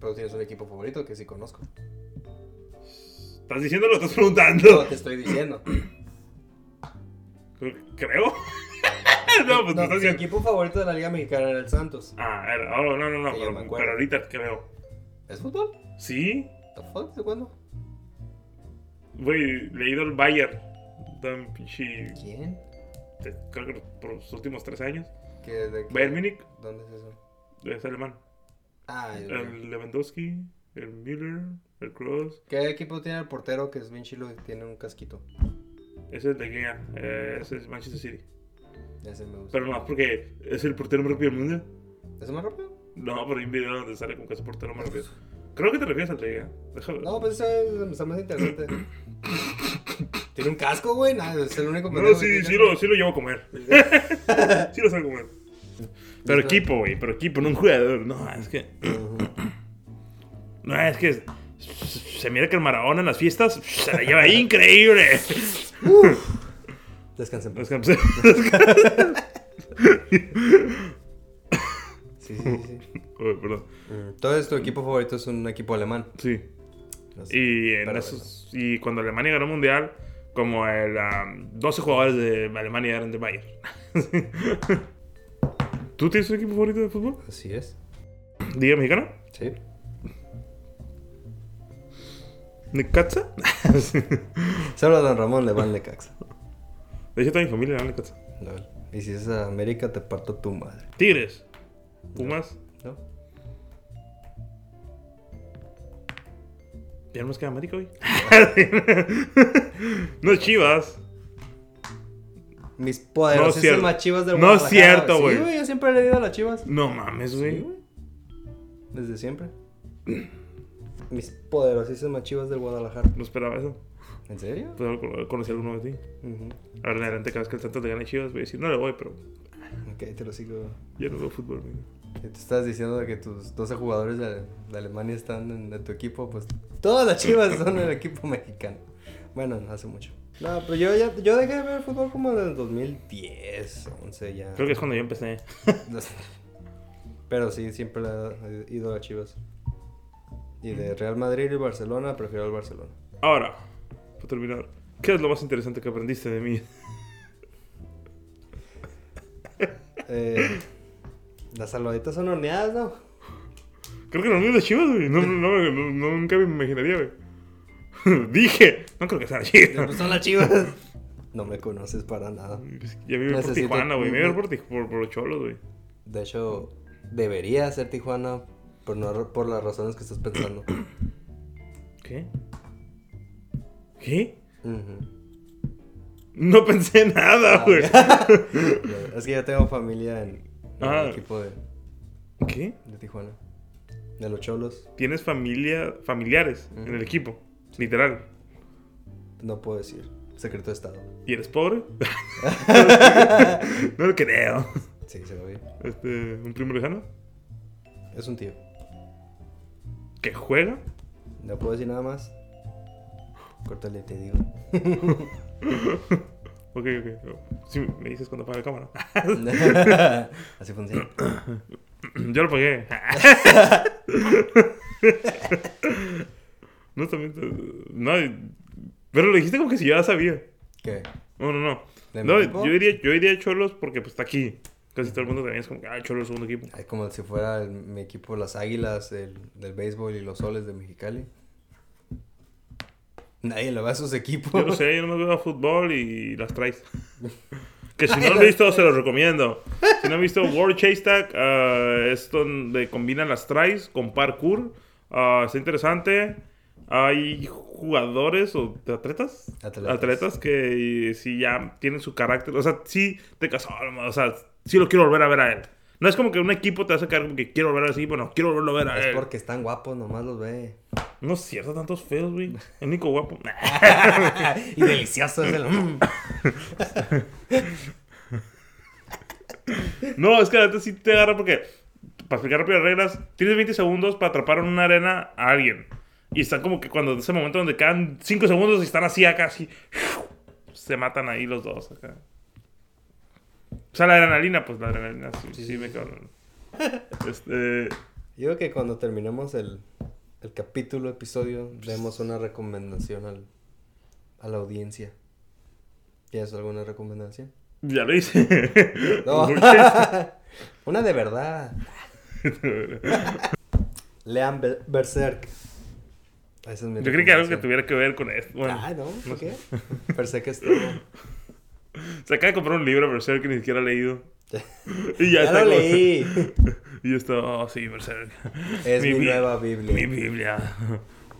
[SPEAKER 4] Pero tienes un equipo favorito que sí conozco.
[SPEAKER 1] ¿Estás diciendo o lo estás
[SPEAKER 4] No,
[SPEAKER 1] preguntando?
[SPEAKER 4] te estoy diciendo.
[SPEAKER 1] Creo. no, pues no,
[SPEAKER 4] No,
[SPEAKER 1] estás
[SPEAKER 4] tu
[SPEAKER 1] diciendo.
[SPEAKER 4] equipo favorito de la Liga Mexicana era el Santos.
[SPEAKER 1] Ah, era- oh, no, no, no,
[SPEAKER 4] Sí, yo
[SPEAKER 1] pero,
[SPEAKER 4] me acuerdo.
[SPEAKER 1] pero ahorita que veo.
[SPEAKER 4] ¿Es fútbol?
[SPEAKER 1] Sí,
[SPEAKER 4] ¿The fuck? ¿De cuándo?
[SPEAKER 1] güey, le he ido al Bayern. Tan pinche.
[SPEAKER 4] ¿Quién?
[SPEAKER 1] te- Creo que por los últimos tres años.
[SPEAKER 4] ¿Qué, de qué?
[SPEAKER 1] Bayern Múnich
[SPEAKER 4] ¿Dónde es eso?
[SPEAKER 1] es alemán.
[SPEAKER 4] Ah, el-
[SPEAKER 1] El Lewandowski, el Müller, el Cross.
[SPEAKER 4] ¿Qué equipo tiene el portero que es bien chilo y tiene un casquito?
[SPEAKER 1] Ese es de Gea, eh, ese es Manchester City.
[SPEAKER 4] Ese me gusta.
[SPEAKER 1] Pero no, porque es el portero más rápido del mundo.
[SPEAKER 4] ¿Ese más rápido?
[SPEAKER 1] No, pero hay un video donde sale como que es el portero más rápido. Creo que te refieres al de Gea. Déjame.
[SPEAKER 4] No, pues ese es- está más interesante. tiene un casco, güey. Nada, es el único
[SPEAKER 1] No,
[SPEAKER 4] pendejo que
[SPEAKER 1] sí,
[SPEAKER 4] tiene
[SPEAKER 1] sí
[SPEAKER 4] casco.
[SPEAKER 1] lo, sí lo llevo a comer. sí lo sabe comer. Pero equipo, güey, pero equipo, no un jugador. No, es que. No, es que. Se mira que el Maradona en las fiestas se la lleva increíble. pues,
[SPEAKER 4] Descansen. pues.
[SPEAKER 1] Los campeones-
[SPEAKER 4] Sí, sí, sí. sí.
[SPEAKER 1] Uy, perdón.
[SPEAKER 4] Mm, Entonces, tu equipo favorito es un equipo alemán.
[SPEAKER 1] Sí.
[SPEAKER 4] Los-
[SPEAKER 1] Y, en
[SPEAKER 4] Pero
[SPEAKER 1] esos- y cuando Alemania ganó el mundial, como el, am, 12 jugadores de Alemania eran de Bayern. ¿Tú tienes un equipo favorito de fútbol?
[SPEAKER 4] Así es.
[SPEAKER 1] ¿Liga Mexicana?
[SPEAKER 4] Sí.
[SPEAKER 1] ¿Necaxa?
[SPEAKER 4] Se habla de Don Ramón, le va al Necaxa.
[SPEAKER 1] De hecho, toda mi familia era Necaxa.
[SPEAKER 4] Lol. Y si es a América, te parto tu madre.
[SPEAKER 1] Tigres. Pumas.
[SPEAKER 4] ¿No?
[SPEAKER 1] Ya no nos queda América hoy. no Chivas.
[SPEAKER 4] Mis
[SPEAKER 1] cierto.
[SPEAKER 4] poderosísimas chivas del
[SPEAKER 1] No es
[SPEAKER 4] Guadalajara.
[SPEAKER 1] cierto, güey.
[SPEAKER 4] Sí, güey, yo siempre le he ido a las chivas.
[SPEAKER 1] No mames, güey.
[SPEAKER 4] Desde siempre. Mis poderosísimas chivas del Guadalajara.
[SPEAKER 1] No esperaba eso.
[SPEAKER 4] ¿En serio?
[SPEAKER 1] Pues ahora cono- conocí a alguno de ti.
[SPEAKER 4] Ujú.
[SPEAKER 1] Ahora en adelante, cada vez que el Santos le gane a Chivas, voy a decir, no le voy, pero
[SPEAKER 4] Ok, te lo sigo.
[SPEAKER 1] ya no veo fútbol, güey.
[SPEAKER 4] Te estás diciendo de que tus 12 jugadores de, de Alemania están en de tu equipo, pues todas las chivas son del equipo mexicano. Bueno, no hace mucho. No, pero yo ya yo dejé de ver fútbol como en el 2010, 11 ya.
[SPEAKER 1] Creo que es cuando yo empecé.
[SPEAKER 4] Pero sí, siempre le he ido a Chivas. Y de Real Madrid y Barcelona, prefiero al Barcelona.
[SPEAKER 1] Ahora, para terminar, ¿qué es lo más interesante que aprendiste de mí?
[SPEAKER 4] Eh, las salvaditas son horneadas, ¿no?
[SPEAKER 1] Creo que los míos de Chivas, güey. No, no, no, no- no- nunca me imaginaría, güey. Dije, no creo que sea Chivas.
[SPEAKER 4] Pues son las Chivas. No me conoces para nada.
[SPEAKER 1] Ya vive por
[SPEAKER 4] Necesito-
[SPEAKER 1] Tijuana, güey. Vive por, Tij- por, por los cholos, güey.
[SPEAKER 4] De hecho, debería ser Tijuana, por, no, por las razones que estás pensando.
[SPEAKER 1] ¿Qué? ¿Qué?
[SPEAKER 4] Ujú.
[SPEAKER 1] No pensé nada, güey.
[SPEAKER 4] es que yo tengo familia en, en
[SPEAKER 1] Ah.
[SPEAKER 4] el equipo de,
[SPEAKER 1] ¿Qué?
[SPEAKER 4] de Tijuana. De los cholos.
[SPEAKER 1] Tienes familia, familiares en el equipo. Literal.
[SPEAKER 4] No puedo decir. Secreto de Estado.
[SPEAKER 1] ¿Y eres pobre? no lo creo.
[SPEAKER 4] Sí, se lo vi.
[SPEAKER 1] Este, ¿Un primo lejano?
[SPEAKER 4] Es un tío.
[SPEAKER 1] ¿Que juega?
[SPEAKER 4] No puedo decir nada más. Córtale, te digo.
[SPEAKER 1] Ok, ok. Sí, me dices cuando apaga la cámara.
[SPEAKER 4] Así funciona.
[SPEAKER 1] Yo lo pagué. no, también. te- No, pero lo dijiste como que si ya sabía.
[SPEAKER 4] ¿Qué?
[SPEAKER 1] No, no, no.
[SPEAKER 4] ¿De
[SPEAKER 1] No,
[SPEAKER 4] mi equipo?
[SPEAKER 1] yo diría, yo diría Cholos porque pues está aquí. Casi todo el mundo también es como que, ah, Cholos segundo equipo.
[SPEAKER 4] Es como si fuera el- mi equipo las águilas el- del béisbol y los soles de Mexicali. Nadie lo ve a sus equipos.
[SPEAKER 1] Yo no sé, yo no me veo a fútbol y las traes. que si no lo han visto, se los recomiendo. Si no han visto World Chase Tag, ah, es donde combinan las trays con parkour. Ah, está interesante. Hay jugadores o atletas,
[SPEAKER 4] Atletas.
[SPEAKER 1] que si ya tienen su carácter, o sea, sí te casó, o sea, sí lo quiero volver a ver a él. No es como que un equipo te hace quedar como que quiero volver a ese equipo, no, quiero volverlo a ver a
[SPEAKER 4] Es
[SPEAKER 1] él.
[SPEAKER 4] porque están guapos, nomás los ve.
[SPEAKER 1] No es cierto, tantos feos, güey. El único guapo.
[SPEAKER 4] y delicioso es el.
[SPEAKER 1] No, es que la neta sí te agarra porque, para explicar rápido las reglas, tienes 20 segundos para atrapar en una arena a alguien. Y están como que cuando en ese momento donde quedan 5 segundos y están así acá, así, se matan ahí los dos acá. O sea, la adrenalina, pues la adrenalina, sí, sí, me cabrón. Este,
[SPEAKER 4] Yo creo que cuando terminemos el, el capítulo, episodio, demos una recomendación al, a la audiencia. ¿Tienes alguna recomendación?
[SPEAKER 1] ya lo hice.
[SPEAKER 4] No. una de verdad. Lean Be- Berserk. Esa es mi
[SPEAKER 1] Yo creí que algo que
[SPEAKER 4] recomendación.
[SPEAKER 1] tuviera que ver con esto. Bueno,
[SPEAKER 4] Ah, no, ¿por
[SPEAKER 1] sé.
[SPEAKER 4] qué? Berserk es todo.
[SPEAKER 1] Se acaba de comprar un libro, Berserk, que ni siquiera he leído. Y
[SPEAKER 4] Ya,
[SPEAKER 1] está
[SPEAKER 4] lo
[SPEAKER 1] como-
[SPEAKER 4] leí.
[SPEAKER 1] Y yo estaba, oh, sí, Berserk.
[SPEAKER 4] Es mi
[SPEAKER 1] Bi-
[SPEAKER 4] nueva Biblia.
[SPEAKER 1] Mi Biblia.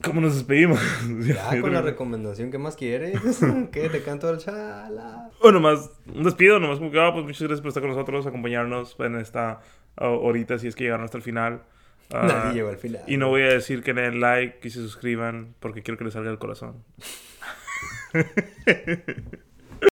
[SPEAKER 1] ¿Cómo nos despedimos?
[SPEAKER 4] Ya, con la recomendación que más quieres. ¿Qué? Te canto el chala.
[SPEAKER 1] O nomás, un despido, nomás como que, ah, pues muchas gracias por estar con nosotros, acompañarnos en esta ah, horita, si es que llegaron hasta el final. Ah,
[SPEAKER 4] Nadie llegó al final.
[SPEAKER 1] Y no voy a decir que le den like y se suscriban, porque quiero que les salga el corazón.